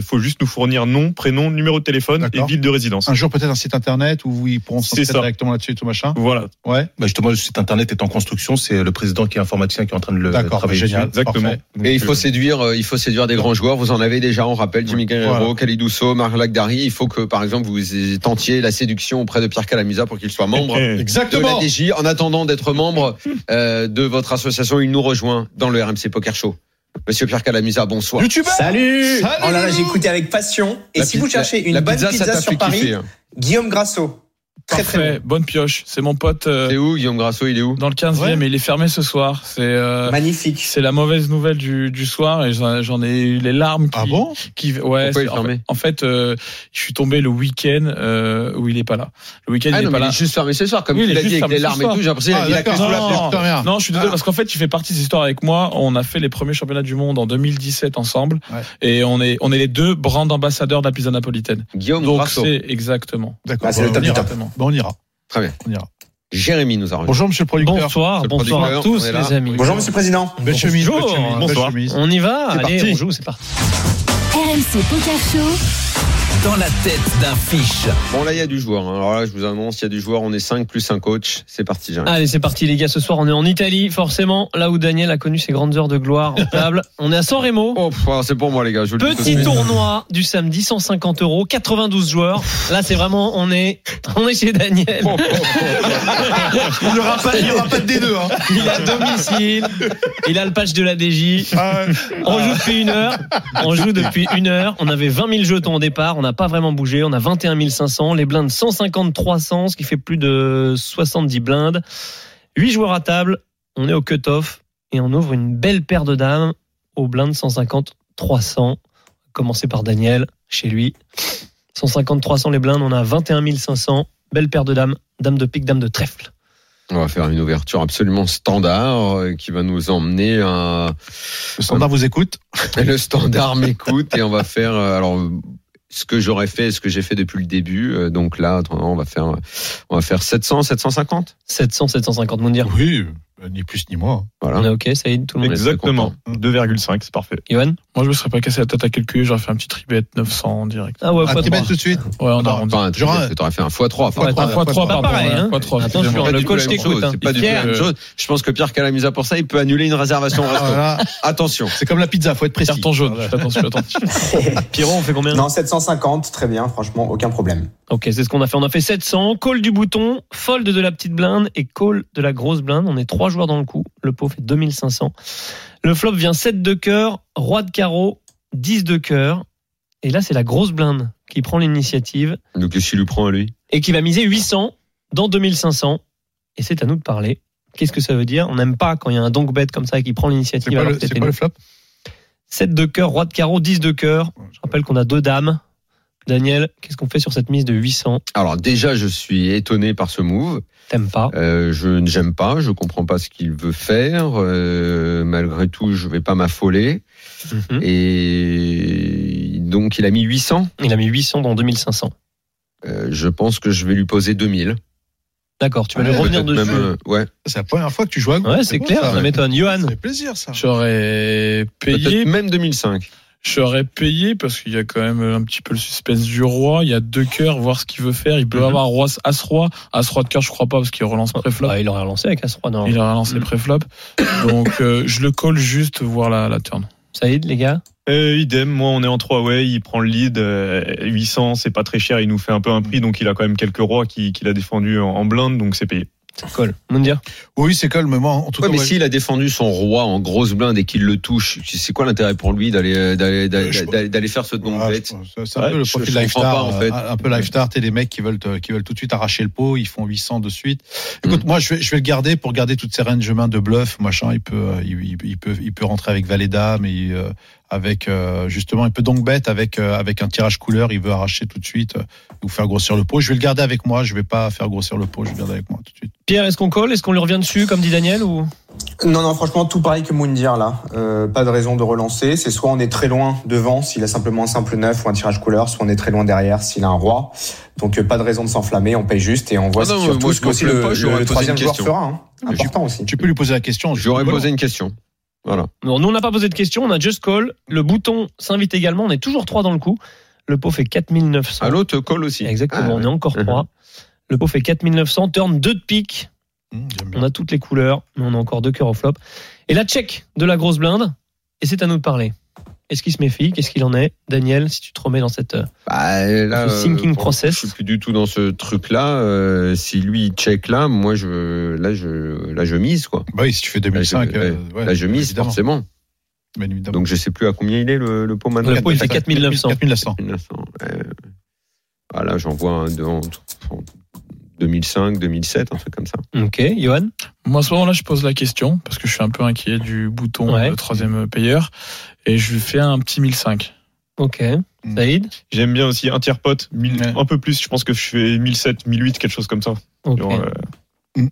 Speaker 3: D'accord.
Speaker 5: faut juste nous fournir nom, prénom, numéro de téléphone et
Speaker 3: D'accord.
Speaker 5: ville de résidence.
Speaker 3: Un jour, peut-être un site internet où ils pourront
Speaker 5: C'est
Speaker 3: s'inscrire
Speaker 5: ça.
Speaker 3: directement là-dessus et tout machin.
Speaker 5: Voilà,
Speaker 3: Ouais.
Speaker 2: Bah, justement, le site internet est en construction. C'est le président qui est informaticien qui est en train de le
Speaker 3: D'accord.
Speaker 2: Euh,
Speaker 3: bah,
Speaker 2: travailler.
Speaker 3: Génial.
Speaker 2: dessus.
Speaker 5: exactement.
Speaker 3: Parfait.
Speaker 5: Donc,
Speaker 1: Et il faut
Speaker 5: euh,
Speaker 1: séduire, euh, il faut séduire des grands joueurs. Vous en avez déjà, on rappelle, Jimmy Guerrero,
Speaker 3: Voilà.
Speaker 1: Khalid Ousso, Marc Lagdari. Il faut que, par exemple, vous tentiez la séduction auprès de Pierre Calamisa pour qu'il soit membre
Speaker 5: eh,
Speaker 1: de la
Speaker 3: Exactement.
Speaker 1: DJ. En attendant d'être membre euh, de votre association, il nous rejoint dans le RMC Poker Show. Monsieur Pierre Calamisa, bonsoir.
Speaker 3: YouTube.
Speaker 8: Salut
Speaker 3: Salut,
Speaker 8: Oh là là,
Speaker 3: Loulou
Speaker 8: j'ai écouté avec passion. Et
Speaker 1: La
Speaker 8: si vous
Speaker 1: pizza-
Speaker 8: cherchez une
Speaker 1: la
Speaker 8: bonne pizza,
Speaker 1: ça t'a
Speaker 8: sur
Speaker 1: fait
Speaker 8: Paris,
Speaker 1: kiffer, hein.
Speaker 8: Guillaume Grasso. Très très
Speaker 4: Parfait,
Speaker 8: bon.
Speaker 4: bonne pioche. C'est mon pote euh,
Speaker 1: C'est où, Guillaume Grasso, il est où
Speaker 4: dans le 15e et il est fermé ce soir. C'est euh,
Speaker 8: Magnifique.
Speaker 4: c'est la mauvaise nouvelle du, du soir et j'en j'en ai eu les larmes qui
Speaker 3: Ah bon
Speaker 4: qui ouais
Speaker 1: Pourquoi il
Speaker 4: c'est-
Speaker 1: est
Speaker 4: en
Speaker 1: fermé
Speaker 4: fait, en fait, euh, je suis tombé le week-end euh, où il est pas là. Le week-end
Speaker 1: Ah
Speaker 4: il est
Speaker 1: non, mais
Speaker 4: pas
Speaker 1: il
Speaker 4: là.
Speaker 1: est juste fermé ce soir, comme
Speaker 4: Oui,
Speaker 1: tu
Speaker 4: il est
Speaker 1: l'as dit,
Speaker 4: juste
Speaker 1: avec
Speaker 4: fermé
Speaker 1: les larmes
Speaker 4: ce
Speaker 1: et
Speaker 4: soir.
Speaker 1: tout. J'ai l'impression
Speaker 3: Ah,
Speaker 1: qu'il a la clé sous la
Speaker 3: d'accord.
Speaker 1: porte.
Speaker 4: Non.
Speaker 3: Putain, merde.
Speaker 4: Non, je suis désolé
Speaker 3: Ah.
Speaker 4: parce qu'en fait, il fait partie de cette histoire avec moi. On a fait les premiers championnats du monde en 2017 ensemble
Speaker 3: Ouais.
Speaker 4: et on est on est les deux brands ambassadeurs de la pizza napolitaine.
Speaker 1: Guillaume
Speaker 4: Donc
Speaker 1: Grasso.
Speaker 4: c'est exactement.
Speaker 3: D'accord.
Speaker 8: Ah, c'est le
Speaker 3: Bon,
Speaker 8: top
Speaker 3: on
Speaker 8: du
Speaker 3: ira.
Speaker 8: top.
Speaker 3: Bon, on ira.
Speaker 1: Très bien.
Speaker 3: On ira.
Speaker 1: Jérémy nous a rejoint.
Speaker 3: Bonjour, monsieur le producteur.
Speaker 9: Bonsoir,
Speaker 1: C'est le
Speaker 9: bonsoir
Speaker 1: producteur,
Speaker 9: à
Speaker 1: on
Speaker 9: tous
Speaker 1: est
Speaker 9: les
Speaker 1: là.
Speaker 9: amis.
Speaker 8: Bonjour Monsieur le Président.
Speaker 3: Belle chemise. belle
Speaker 9: Bonjour.
Speaker 3: chemise, belle
Speaker 5: Bonsoir.
Speaker 3: chemise.
Speaker 9: On y va,
Speaker 3: C'est
Speaker 9: allez,
Speaker 3: parti.
Speaker 9: on joue, c'est parti.
Speaker 7: RMC Poker Show.
Speaker 10: Dans la tête d'un fiche.
Speaker 1: Bon, là, il y a du joueur. hein. Alors là, je vous annonce, il y a du joueur. On est 5 plus un coach. C'est parti, j'arrive.
Speaker 5: Allez, c'est parti les gars. Ce soir, on est en Italie, forcément, là où Daniel a connu ses grandes heures de gloire en table. On est à San Remo.
Speaker 1: Oh, pff, alors, c'est pour moi, les gars. Je vous le dis tout de
Speaker 5: Ah. Petit
Speaker 1: suite.
Speaker 5: tournoi du samedi, 150 euros, 92 joueurs. Là, c'est vraiment, on est, on est chez Daniel.
Speaker 1: Oh, oh, oh.
Speaker 3: Il n'y aura, pas- il y aura pas de D2. Hein.
Speaker 5: Il a domicile, il a le patch de la DJ.
Speaker 3: Ah,
Speaker 5: On joue depuis une heure. On joue depuis une heure. On avait 20 000 jetons au départ. On n'a pas vraiment bougé. On a 21 500. Les blindes 150 300, ce qui fait plus de 70 blindes. 8 joueurs à table. On est au cut-off et on ouvre une belle paire de dames aux blindes 150 300. Commencer par Daniel chez lui. 150 300 les blindes. On a 21 500. Belle paire de dames. Dame de pique, dame de trèfle.
Speaker 1: On va faire une ouverture absolument standard euh, qui va nous emmener à.
Speaker 3: Le standard vous écoute.
Speaker 1: Le standard m'écoute et on va faire. euh, Alors. euh, Ce que j'aurais fait, ce que j'ai fait depuis le début, Euh, donc là, attends, on va faire, euh, on va faire 700, 750.
Speaker 5: 700, 750, mon dire.
Speaker 3: Oui, euh, ni plus ni moins.
Speaker 5: On est
Speaker 1: Voilà.
Speaker 5: OK, Saïd, tout le monde.
Speaker 11: Exactement. 2,5, c'est parfait.
Speaker 5: Yoann
Speaker 4: Moi, je me serais pas cassé la tête à calculer, j'aurais fait un petit tribet 900 en direct.
Speaker 5: Ah ouais,
Speaker 3: Ah,
Speaker 5: pas de
Speaker 3: t'es bête
Speaker 5: bras.
Speaker 3: tout de suite.
Speaker 4: Ouais, on a
Speaker 3: Non,
Speaker 4: arrondi.
Speaker 1: Enfin,
Speaker 3: Genre,
Speaker 1: tu aurais fait un x3.
Speaker 3: Ouais,
Speaker 4: Ah, fois
Speaker 3: pas
Speaker 4: trois,
Speaker 5: pas
Speaker 4: pardon,
Speaker 5: pareil,
Speaker 4: ouais,
Speaker 5: hein.
Speaker 4: fois trois,
Speaker 5: Attention,
Speaker 4: excusez-moi.
Speaker 5: le coach t'écoute, hein.
Speaker 1: C'est pas du tout la
Speaker 5: Pierre.
Speaker 4: euh,
Speaker 1: même chose. Je pense que Pierre Calamusa, pour ça, il peut annuler une réservation au
Speaker 3: Ah,
Speaker 1: resto.
Speaker 3: voilà.
Speaker 1: Attention.
Speaker 3: C'est comme la pizza, faut être précis.
Speaker 4: Carton jaune, je suis attentif, je suis attentif.
Speaker 5: Pierrot, on fait combien
Speaker 8: Non, 750, très bien, franchement, aucun problème.
Speaker 5: Ok, c'est ce qu'on a fait. On a fait 700, call du bouton, fold de la petite blinde et call de la grosse blinde. On est trois joueurs dans le coup. Le pot fait 2500. Le flop vient 7 de cœur, roi de carreau, 10 de cœur. Et là, c'est la grosse blinde qui prend l'initiative
Speaker 1: Donc, qu'est-ce qu'il lui prend à lui
Speaker 5: et qui va miser 800 dans 2500. Et c'est à nous de parler. Qu'est-ce que ça veut dire On n'aime pas quand il y a un donk bet comme ça qui prend
Speaker 3: C'est
Speaker 5: l'initiative.
Speaker 3: quoi,
Speaker 5: alors
Speaker 3: le,
Speaker 5: que c'était
Speaker 3: c'est quoi
Speaker 5: nous.
Speaker 3: le flop
Speaker 5: 7 de cœur, roi de carreau, 10 de cœur. Je rappelle qu'on a deux dames. Daniel, qu'est-ce qu'on fait sur cette mise de 800
Speaker 1: Alors, déjà, je suis étonné par ce move.
Speaker 5: T'aimes pas
Speaker 1: Euh, je ne j'aime pas, je comprends pas ce qu'il veut faire. Euh, malgré tout, je vais pas m'affoler.
Speaker 5: Mhm.
Speaker 1: Et donc, il a mis 800.
Speaker 5: Il a mis 800 dans 2500.
Speaker 1: Euh, je pense que je vais lui poser 2000.
Speaker 5: D'accord, tu vas
Speaker 3: Ouais,
Speaker 5: lui revenir
Speaker 1: Peut-être
Speaker 5: dessus.
Speaker 1: même, euh, ouais.
Speaker 3: C'est la première fois que tu joues à gauche.
Speaker 5: Ouais, c'est
Speaker 3: beau,
Speaker 5: clair,
Speaker 3: ça.
Speaker 5: ça, m'étonne. Johan,
Speaker 3: Ça fait plaisir, ça.
Speaker 4: J'aurais payé
Speaker 1: Peut-être même 2005.
Speaker 4: J'aurais payé parce qu'il y a quand même un petit peu le suspense du roi. Il y a deux cœurs, voir ce qu'il veut faire. Il peut
Speaker 5: Mhm.
Speaker 4: avoir roi, as roi, as roi de cœur. Je crois pas parce qu'il relance préflop.
Speaker 5: Ah, il aurait relancé avec As-Roi, non
Speaker 4: Il a relancé
Speaker 5: Mhm.
Speaker 4: préflop. Donc euh, je le colle juste voir la, la turn.
Speaker 5: Saïd, les gars
Speaker 11: Euh, idem, moi on est en 3 way, il prend le lead, euh, 800 c'est pas très cher, il nous fait un peu un prix, donc il a quand même quelques rois qui- qu'il a défendu en, en blinde, donc c'est payé.
Speaker 5: Call. Mundia
Speaker 3: Oui, c'est calme, mais moi, en tout
Speaker 1: Ouais,
Speaker 3: cas,
Speaker 1: mais
Speaker 3: moi,
Speaker 1: s'il a défendu son roi en grosse blinde et qu'il le touche, c'est quoi l'intérêt pour lui d'aller d'aller
Speaker 3: Euh, je-
Speaker 1: d'aller d'aller faire ce don
Speaker 3: Ouais,
Speaker 1: bête
Speaker 3: je pense. C'est un
Speaker 1: Ouais,
Speaker 3: peu le
Speaker 1: je-
Speaker 3: profil
Speaker 1: je comprends
Speaker 3: Lifetard.
Speaker 1: pas, en fait.
Speaker 3: Un peu Lifetard, t'es des mecs qui veulent, te- qui veulent tout de suite arracher le pot, ils font 800 de suite.
Speaker 1: Hmm.
Speaker 3: Écoute, moi, je vais, je vais le garder pour garder toutes ces ranges mains de bluff, machin. Il peut, euh, il, il- il peut, il peut rentrer avec Valéda, mais il, euh, avec, euh, justement, il peut donc bête avec, euh, avec un tirage couleur, il veut arracher tout de suite, euh, ou faire grossir le pot. Je vais le garder avec moi, je vais pas faire grossir le pot, je vais le garder avec moi tout de suite.
Speaker 5: Pierre, est-ce qu'on colle Est-ce qu'on lui revient dessus, comme dit Daniel ou...
Speaker 8: Non, non, franchement, tout pareil que Moundir là. Euh, pas de raison de relancer. C'est soit on est très loin devant s'il a simplement un simple neuf ou un tirage couleur, soit on est très loin derrière s'il a un roi. Donc euh, pas de raison de s'enflammer, on paye juste et on voit
Speaker 1: Ah non,
Speaker 8: surtout
Speaker 1: moi,
Speaker 8: ce
Speaker 1: je
Speaker 8: qu'aussi
Speaker 1: m'en
Speaker 8: le,
Speaker 1: plains pas, j'aurais
Speaker 8: le
Speaker 1: posé
Speaker 8: troisième
Speaker 1: une
Speaker 8: joueur
Speaker 1: question.
Speaker 8: fera. hein.
Speaker 5: Ah,
Speaker 8: Important aussi.
Speaker 3: Tu peux lui poser la question.
Speaker 1: J'aurais
Speaker 3: Voilà.
Speaker 1: posé une question. Voilà.
Speaker 5: Non, nous, on n'a pas posé de questions, on a just call. Le bouton s'invite également, on est toujours trois dans le coup. Le pot fait 4900.
Speaker 1: Allô, te colle aussi.
Speaker 5: Exactement,
Speaker 1: Ah,
Speaker 5: on est encore
Speaker 1: Mhm.
Speaker 5: trois. Le pot fait 4900, turn 2 de pique.
Speaker 3: Hum, j'aime bien.
Speaker 5: On a toutes les couleurs, mais on a encore deux cœurs au flop. Et la check de la grosse blinde, et c'est à nous de parler. Est-ce qu'il se méfie Qu'est-ce qu'il en est Daniel, si tu te remets dans cette... euh,
Speaker 1: Bah, là,
Speaker 5: The thinking
Speaker 1: euh, pour-
Speaker 5: process.
Speaker 1: Je suis plus du tout dans ce truc-là. Euh, si lui il check là, moi je là je là je mise quoi.
Speaker 3: Bah oui, si tu fais
Speaker 1: Là,
Speaker 3: 2005,
Speaker 1: je-
Speaker 3: euh, ouais,
Speaker 1: là je mise
Speaker 3: évidemment.
Speaker 1: forcément.
Speaker 3: Bien évidemment.
Speaker 1: Donc je sais plus à combien il est le, le pot maintenant.
Speaker 5: Le pot, il fait 4900.
Speaker 3: 4900.
Speaker 1: 4900. Euh, voilà, j'en vois un de, en- en 2005, 2007, un truc comme ça.
Speaker 5: Ok, Johan
Speaker 4: Moi à ce moment-là, je pose la question parce que je suis un peu inquiet du bouton
Speaker 5: Ouais.
Speaker 4: euh, troisième payeur et je lui fais un petit 1005.
Speaker 5: Ok.
Speaker 3: Mm.
Speaker 5: Saïd
Speaker 11: J'aime bien aussi un tiers pote, mille-
Speaker 3: Ouais.
Speaker 11: un peu plus, je pense que je fais 1007, 1008, quelque chose comme ça.
Speaker 5: Ok.
Speaker 11: Genre, euh,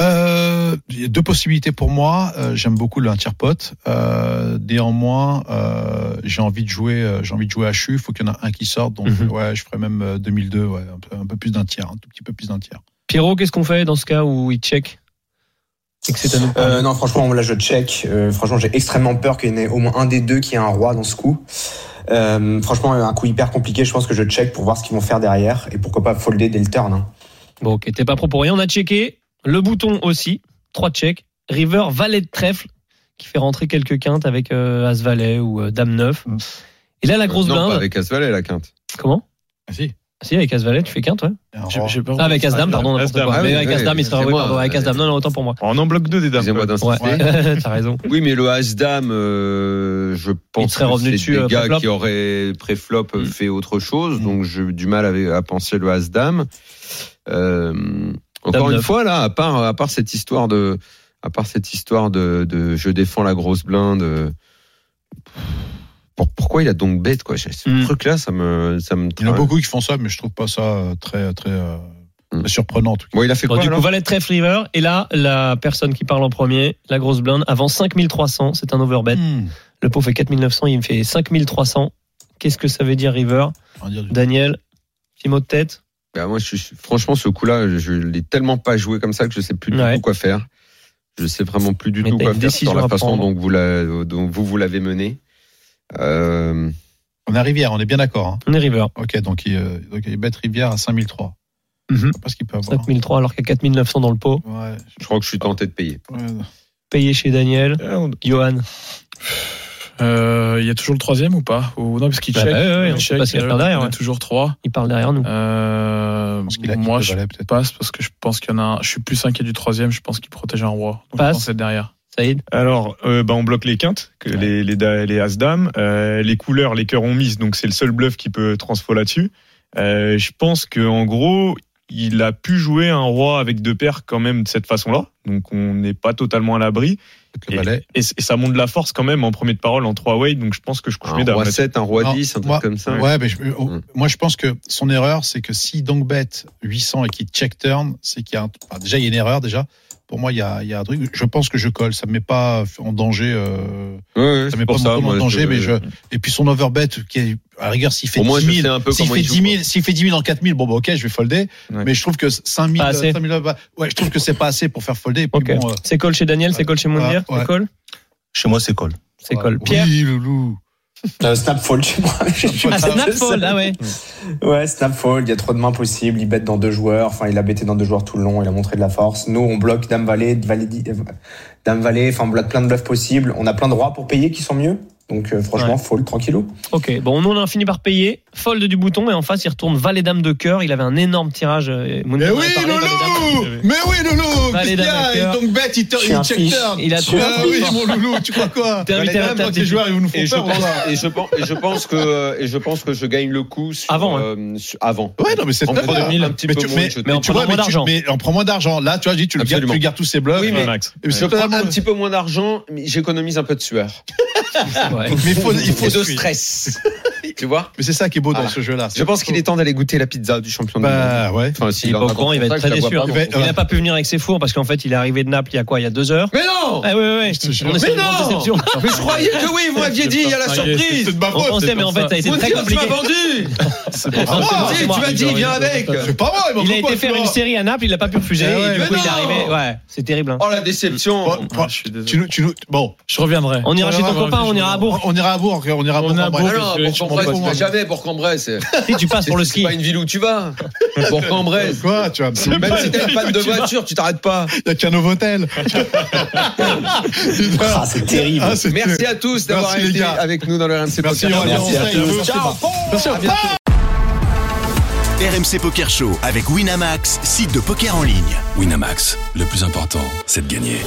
Speaker 3: Euh, il y a deux possibilités pour moi. Euh, J'aime beaucoup le tiers pote. Euh, néanmoins, euh, j'ai envie de jouer. euh, j'ai envie de jouer à CHU. Il faut qu'il y en a un qui sorte. Donc
Speaker 5: Mhm.
Speaker 3: ouais, je ferais même euh, 2002. Ouais, un peu, un peu plus d'un tiers, un tout petit peu plus d'un tiers.
Speaker 5: Pierrot, qu'est-ce qu'on fait dans ce cas où il check Et que c'est à nous de parler
Speaker 8: Euh, non, franchement, là, je check. Euh, franchement, j'ai extrêmement peur qu'il y en ait au moins un des deux qui ait un roi dans ce coup. Euh, franchement, un coup hyper compliqué. Je pense que je check pour voir ce qu'ils vont faire derrière et pourquoi pas folder dès le turn. hein.
Speaker 5: Bon, ok, t'es pas pro pour rien. On a checké le bouton aussi. Trois checks. River, valet de trèfle, qui fait rentrer quelques quintes avec euh, As valet ou euh, Dame 9. Et là, la grosse
Speaker 1: Mm. Euh, non, pas
Speaker 5: blinde.
Speaker 1: avec Asvalet la quinte.
Speaker 5: Comment
Speaker 3: Ah, si.
Speaker 5: Ah Si, avec As valet, tu fais quinte, ouais.
Speaker 12: J'ai-
Speaker 4: Oh.
Speaker 12: j'ai pas-
Speaker 5: Ah, avec As dame, pardon, n'importe
Speaker 4: As-Dame,
Speaker 5: quoi.
Speaker 1: ah
Speaker 5: Mais
Speaker 1: oui,
Speaker 5: avec
Speaker 1: oui,
Speaker 5: As dame, il serait.
Speaker 1: excusez-moi.
Speaker 5: ouais, pardon, Avec As dame, non, non, autant pour moi.
Speaker 4: On en bloque deux des dames.
Speaker 1: Excusez-moi d'insister.
Speaker 5: Ouais, t'as raison.
Speaker 1: Oui, mais le As Dame, euh, je pense
Speaker 5: serait revenu
Speaker 1: que c'est
Speaker 5: dessus,
Speaker 1: des
Speaker 5: euh,
Speaker 1: gars
Speaker 5: pré-flop.
Speaker 1: qui auraient pré-flop euh,
Speaker 5: Mm.
Speaker 1: fait autre chose, donc j'ai eu du mal à, à penser le As Dame. Euh, encore
Speaker 5: Dame
Speaker 1: une
Speaker 5: neuf.
Speaker 1: fois, là, à part, à part cette histoire de, à part cette histoire de, de je défends la grosse blinde. euh, pour- pourquoi il a donc bête quoi Ce
Speaker 5: Mm.
Speaker 1: truc-là, ça me, ça me.
Speaker 3: Il y en a
Speaker 1: travaille.
Speaker 3: beaucoup qui font ça, mais je trouve pas ça euh, très, très, euh,
Speaker 1: Hmm.
Speaker 3: très surprenant. En tout cas.
Speaker 1: Bon, il a fait
Speaker 5: Bon,
Speaker 1: quoi
Speaker 5: du coup,
Speaker 1: alors
Speaker 5: valet de trèfle river. Et là, la personne qui parle en premier, la grosse blinde, avant 5300, c'est un overbet.
Speaker 3: Hmm.
Speaker 5: Le pot fait 4900, il me fait 5300. Qu'est-ce que ça veut dire, river
Speaker 3: On va dire du-
Speaker 5: Daniel, petit mot de tête
Speaker 1: Bah, moi, je suis- franchement, ce coup-là, je- je l'ai tellement pas joué comme ça que je sais plus du
Speaker 5: Ouais.
Speaker 1: tout quoi faire. Je sais vraiment plus du
Speaker 5: Mais
Speaker 1: tout
Speaker 5: t'as
Speaker 1: quoi
Speaker 5: une
Speaker 1: faire
Speaker 5: décision
Speaker 1: sur la
Speaker 5: à
Speaker 1: façon dont
Speaker 5: prendre.
Speaker 1: vous, la- dont vous, vous l'avez mené. Euh,
Speaker 3: On a Rivière, on est bien d'accord. hein.
Speaker 5: On est river.
Speaker 3: Ok, donc il, euh, donc il bête Rivière à 5003.
Speaker 5: Mhm.
Speaker 3: Pas ce qu'il peut avoir.
Speaker 5: 5003 alors qu'il y a 4900 dans le pot.
Speaker 3: Ouais,
Speaker 1: je crois que je suis tenté de payer.
Speaker 3: ouais.
Speaker 5: Payé chez Daniel.
Speaker 3: Eh,
Speaker 12: Euh, on-
Speaker 5: Johan.
Speaker 12: Euh, Il y a toujours le troisième ou pas Ou Non, parce qu'il
Speaker 5: Bah,
Speaker 12: check.
Speaker 5: bah, ouais, ouais,
Speaker 12: il
Speaker 5: on sait
Speaker 12: check,
Speaker 5: pas ce qu'il va
Speaker 12: euh,
Speaker 5: faire derrière,
Speaker 12: On a
Speaker 5: ouais.
Speaker 12: toujours trois.
Speaker 5: Il parle derrière nous.
Speaker 12: Euh,
Speaker 3: Je pense qu'il a
Speaker 12: moi,
Speaker 3: il
Speaker 12: je
Speaker 3: valait peut-être.
Speaker 12: passe parce que je pense qu'il y en a un. Je suis plus inquiet du troisième. Je pense qu'il protège un roi. Donc,
Speaker 5: Passe.
Speaker 12: je pense être derrière.
Speaker 5: Saïd.
Speaker 4: Alors, euh, bah, on bloque les quintes, que les, les, da- les As-Dames, euh, les couleurs, les cœurs ont mise, donc c'est le seul bluff qui peut transfo là-dessus. Euh, je pense que en gros, il a pu jouer un roi avec deux paires quand même de cette façon-là, donc on n'est pas totalement à l'abri.
Speaker 3: Peut-être le valet.
Speaker 4: Et, c- et ça monte de la force quand même en premier de parole en trois way, donc je pense que je couche
Speaker 1: Un
Speaker 4: mes dames.
Speaker 1: roi 7, un roi
Speaker 3: Non,
Speaker 1: 10, un truc
Speaker 3: moi-
Speaker 1: comme ça.
Speaker 3: Ouais, mais je- euh,
Speaker 1: Hmm.
Speaker 3: moi je pense que son erreur, c'est que si donc bête 800 et qu'il check turn, c'est qu'il y a un- enfin, déjà il y a une erreur déjà. Pour moi, il y a, il y a un truc. Je pense que je colle. Ça me met pas en danger. euh,
Speaker 1: Ouais, ouais,
Speaker 3: ça
Speaker 1: c'est
Speaker 3: met pas
Speaker 1: pour
Speaker 3: mon
Speaker 1: moi,
Speaker 3: en danger,
Speaker 1: je-
Speaker 3: mais je. Et puis son overbet, qui est, à la rigueur, s'il fait
Speaker 1: Au moins, je
Speaker 3: 10
Speaker 1: sais
Speaker 3: 000,
Speaker 1: un peu
Speaker 3: s'il
Speaker 1: comment
Speaker 3: fait
Speaker 1: il joue,
Speaker 3: 10
Speaker 1: quoi.
Speaker 3: 000, s'il fait 10 000 en 4 000, bon, bah, ok, je vais folder.
Speaker 4: Ouais.
Speaker 3: Mais je trouve que 5 000,
Speaker 5: Pas assez.
Speaker 3: 5 000, ouais, je trouve que c'est pas assez pour faire folder. Et puis
Speaker 5: Ok.
Speaker 3: bon, euh,
Speaker 5: C'est call chez Daniel, c'est call chez Mounir,
Speaker 3: ouais.
Speaker 5: c'est call
Speaker 2: Chez moi, c'est call.
Speaker 5: C'est call.
Speaker 3: oui,
Speaker 5: Pierre.
Speaker 3: loulou.
Speaker 8: Euh, snap fold, je sais pas. Je suis
Speaker 5: Ah,
Speaker 8: pas
Speaker 5: snap
Speaker 8: sûr.
Speaker 5: fold, ah ouais.
Speaker 8: Ouais, snap fold, il y a trop de mains possibles, il bet dans deux joueurs, enfin il a bêté dans deux joueurs tout le long, il a montré de la force. Nous on bloque Dame Valet, Validi- euh, Dame Valet, enfin on bloque plein de bluffs possibles, on a plein de rois pour payer qui sont mieux. Donc euh, franchement,
Speaker 5: Ouais.
Speaker 8: fold tranquillou.
Speaker 5: Ok, bon, on en a fini par payer. Fold du bouton, et en face, il retourne valet dame de cœur. Il avait un énorme tirage. euh,
Speaker 3: Mais
Speaker 5: Mounir en
Speaker 3: oui,
Speaker 5: a parlé, valet dame.
Speaker 3: loulou Mais oui, loulou
Speaker 5: Valet
Speaker 3: Christian,
Speaker 5: dame à
Speaker 3: il est
Speaker 5: cœur.
Speaker 3: donc bête, il, te-
Speaker 8: Je suis
Speaker 3: il
Speaker 8: un
Speaker 3: check
Speaker 8: fiche.
Speaker 3: turn.
Speaker 5: Il a
Speaker 8: Je suis
Speaker 5: trois
Speaker 3: Ah oui,
Speaker 5: points.
Speaker 3: mon loulou, tu crois quoi
Speaker 5: T'es invité à la
Speaker 3: Valet dame,
Speaker 5: table,
Speaker 3: toi, tes
Speaker 5: t'es-
Speaker 3: joueurs, ils nous font
Speaker 1: Et je,
Speaker 3: peur.
Speaker 1: pense,
Speaker 3: quoi.
Speaker 1: et, je pense, et je pense que, et je pense que je gagne le coup sur,
Speaker 5: Avant, hein.
Speaker 1: euh, sur- avant.
Speaker 3: Ouais, non, mais c'est
Speaker 1: En
Speaker 3: très
Speaker 1: prenant
Speaker 3: bien.
Speaker 1: un petit
Speaker 3: mais
Speaker 1: peu
Speaker 3: tu,
Speaker 1: moins,
Speaker 3: mais,
Speaker 1: je-
Speaker 3: mais
Speaker 5: en
Speaker 3: tu
Speaker 5: prenant
Speaker 3: vois, mais
Speaker 5: moins
Speaker 3: tu-
Speaker 5: d'argent.
Speaker 3: Mais en prends moins d'argent. Là, tu vois, je dis, tu le gardes, tu
Speaker 1: Absolument.
Speaker 3: le gardes tous ses bluffs.
Speaker 1: Oui, mais-
Speaker 4: Max.
Speaker 1: Je
Speaker 3: Et c'est
Speaker 1: prends
Speaker 3: totalement-
Speaker 1: un petit peu moins d'argent, mais j'économise un peu de sueur.
Speaker 5: Ouais.
Speaker 3: Mais il faut, il faut
Speaker 1: Et de stress. tu vois
Speaker 3: Mais c'est ça qui est beau dans
Speaker 1: Voilà.
Speaker 3: ce jeu-là.
Speaker 1: Je pense qu'il est temps d'aller goûter la pizza du champion du monde.
Speaker 3: Bah ouais.
Speaker 1: Enfin,
Speaker 5: S'il est pas au courant, il va être très déçu. hein.
Speaker 3: Il va-
Speaker 5: Il n'a pas pu venir avec ses fours parce qu'en fait, il est arrivé de Naples il y a quoi Il y a deux heures
Speaker 1: Mais non
Speaker 5: Ah ouais, ouais, ouais.
Speaker 3: te jure.
Speaker 5: On est sur
Speaker 1: Mais
Speaker 5: une grosse
Speaker 1: non
Speaker 5: déception.
Speaker 1: Mais je croyais que oui, vous m'aviez dit, il y a la surprise
Speaker 3: de ma
Speaker 5: On pensait, mais en fait, ça a été
Speaker 1: Mon
Speaker 5: très
Speaker 1: Dieu, tu m'as
Speaker 5: compliqué.
Speaker 1: vendu
Speaker 12: C'est
Speaker 5: pour ça.
Speaker 1: Ah,
Speaker 5: c'est
Speaker 1: tu sais,
Speaker 5: moi.
Speaker 1: Tu m'as dit, viens avec
Speaker 3: C'est pas vrai,
Speaker 5: Il a été faire une série à Naples, il l'a pas pu refuser.
Speaker 3: Eh ouais,
Speaker 5: et du
Speaker 1: Ah mais
Speaker 5: coup, il est
Speaker 1: non
Speaker 5: arrivé. Ouais, c'est terrible. hein.
Speaker 1: Oh la déception
Speaker 12: Ouais, je suis désolé.
Speaker 3: Tu nous, tu nous, bon.
Speaker 12: Je reviendrai.
Speaker 5: On ira
Speaker 12: Ça
Speaker 5: chez
Speaker 12: va,
Speaker 5: ton copain,
Speaker 12: je-
Speaker 5: on ira à Bourg.
Speaker 3: On ira à Bourg, on ira à Bourg.
Speaker 12: On est à
Speaker 3: en
Speaker 12: Bourg.
Speaker 3: bref.
Speaker 1: Alors,
Speaker 12: je- je
Speaker 1: Bourg-en-Bresse,
Speaker 12: comprends
Speaker 1: tu
Speaker 12: pas.
Speaker 1: vas jamais Bourg-en-Bresse.
Speaker 5: Si tu passes
Speaker 1: C'est
Speaker 5: Ah, pour le
Speaker 1: c'est
Speaker 5: ski.
Speaker 1: pas une ville où tu vas. Bourg-en-Bresse.
Speaker 3: Quoi, tu vois,
Speaker 1: Même si t'as une panne de voiture, tu t'arrêtes pas.
Speaker 3: il y a qu'un Novotel.
Speaker 8: Ah, c'est terrible.
Speaker 3: Ah, c'est-
Speaker 1: Merci à tous d'avoir
Speaker 3: Merci, les
Speaker 1: été
Speaker 3: gars.
Speaker 1: avec nous dans le RMC
Speaker 3: Merci,
Speaker 1: Podcast.
Speaker 3: Aurélien.
Speaker 8: Merci à
Speaker 3: Merci à
Speaker 8: tous.
Speaker 3: vous.
Speaker 8: Ciao.
Speaker 3: Merci, au revoir.
Speaker 10: RMC Poker Show avec Winamax, site de poker en ligne.
Speaker 13: Winamax, le plus important, c'est de gagner.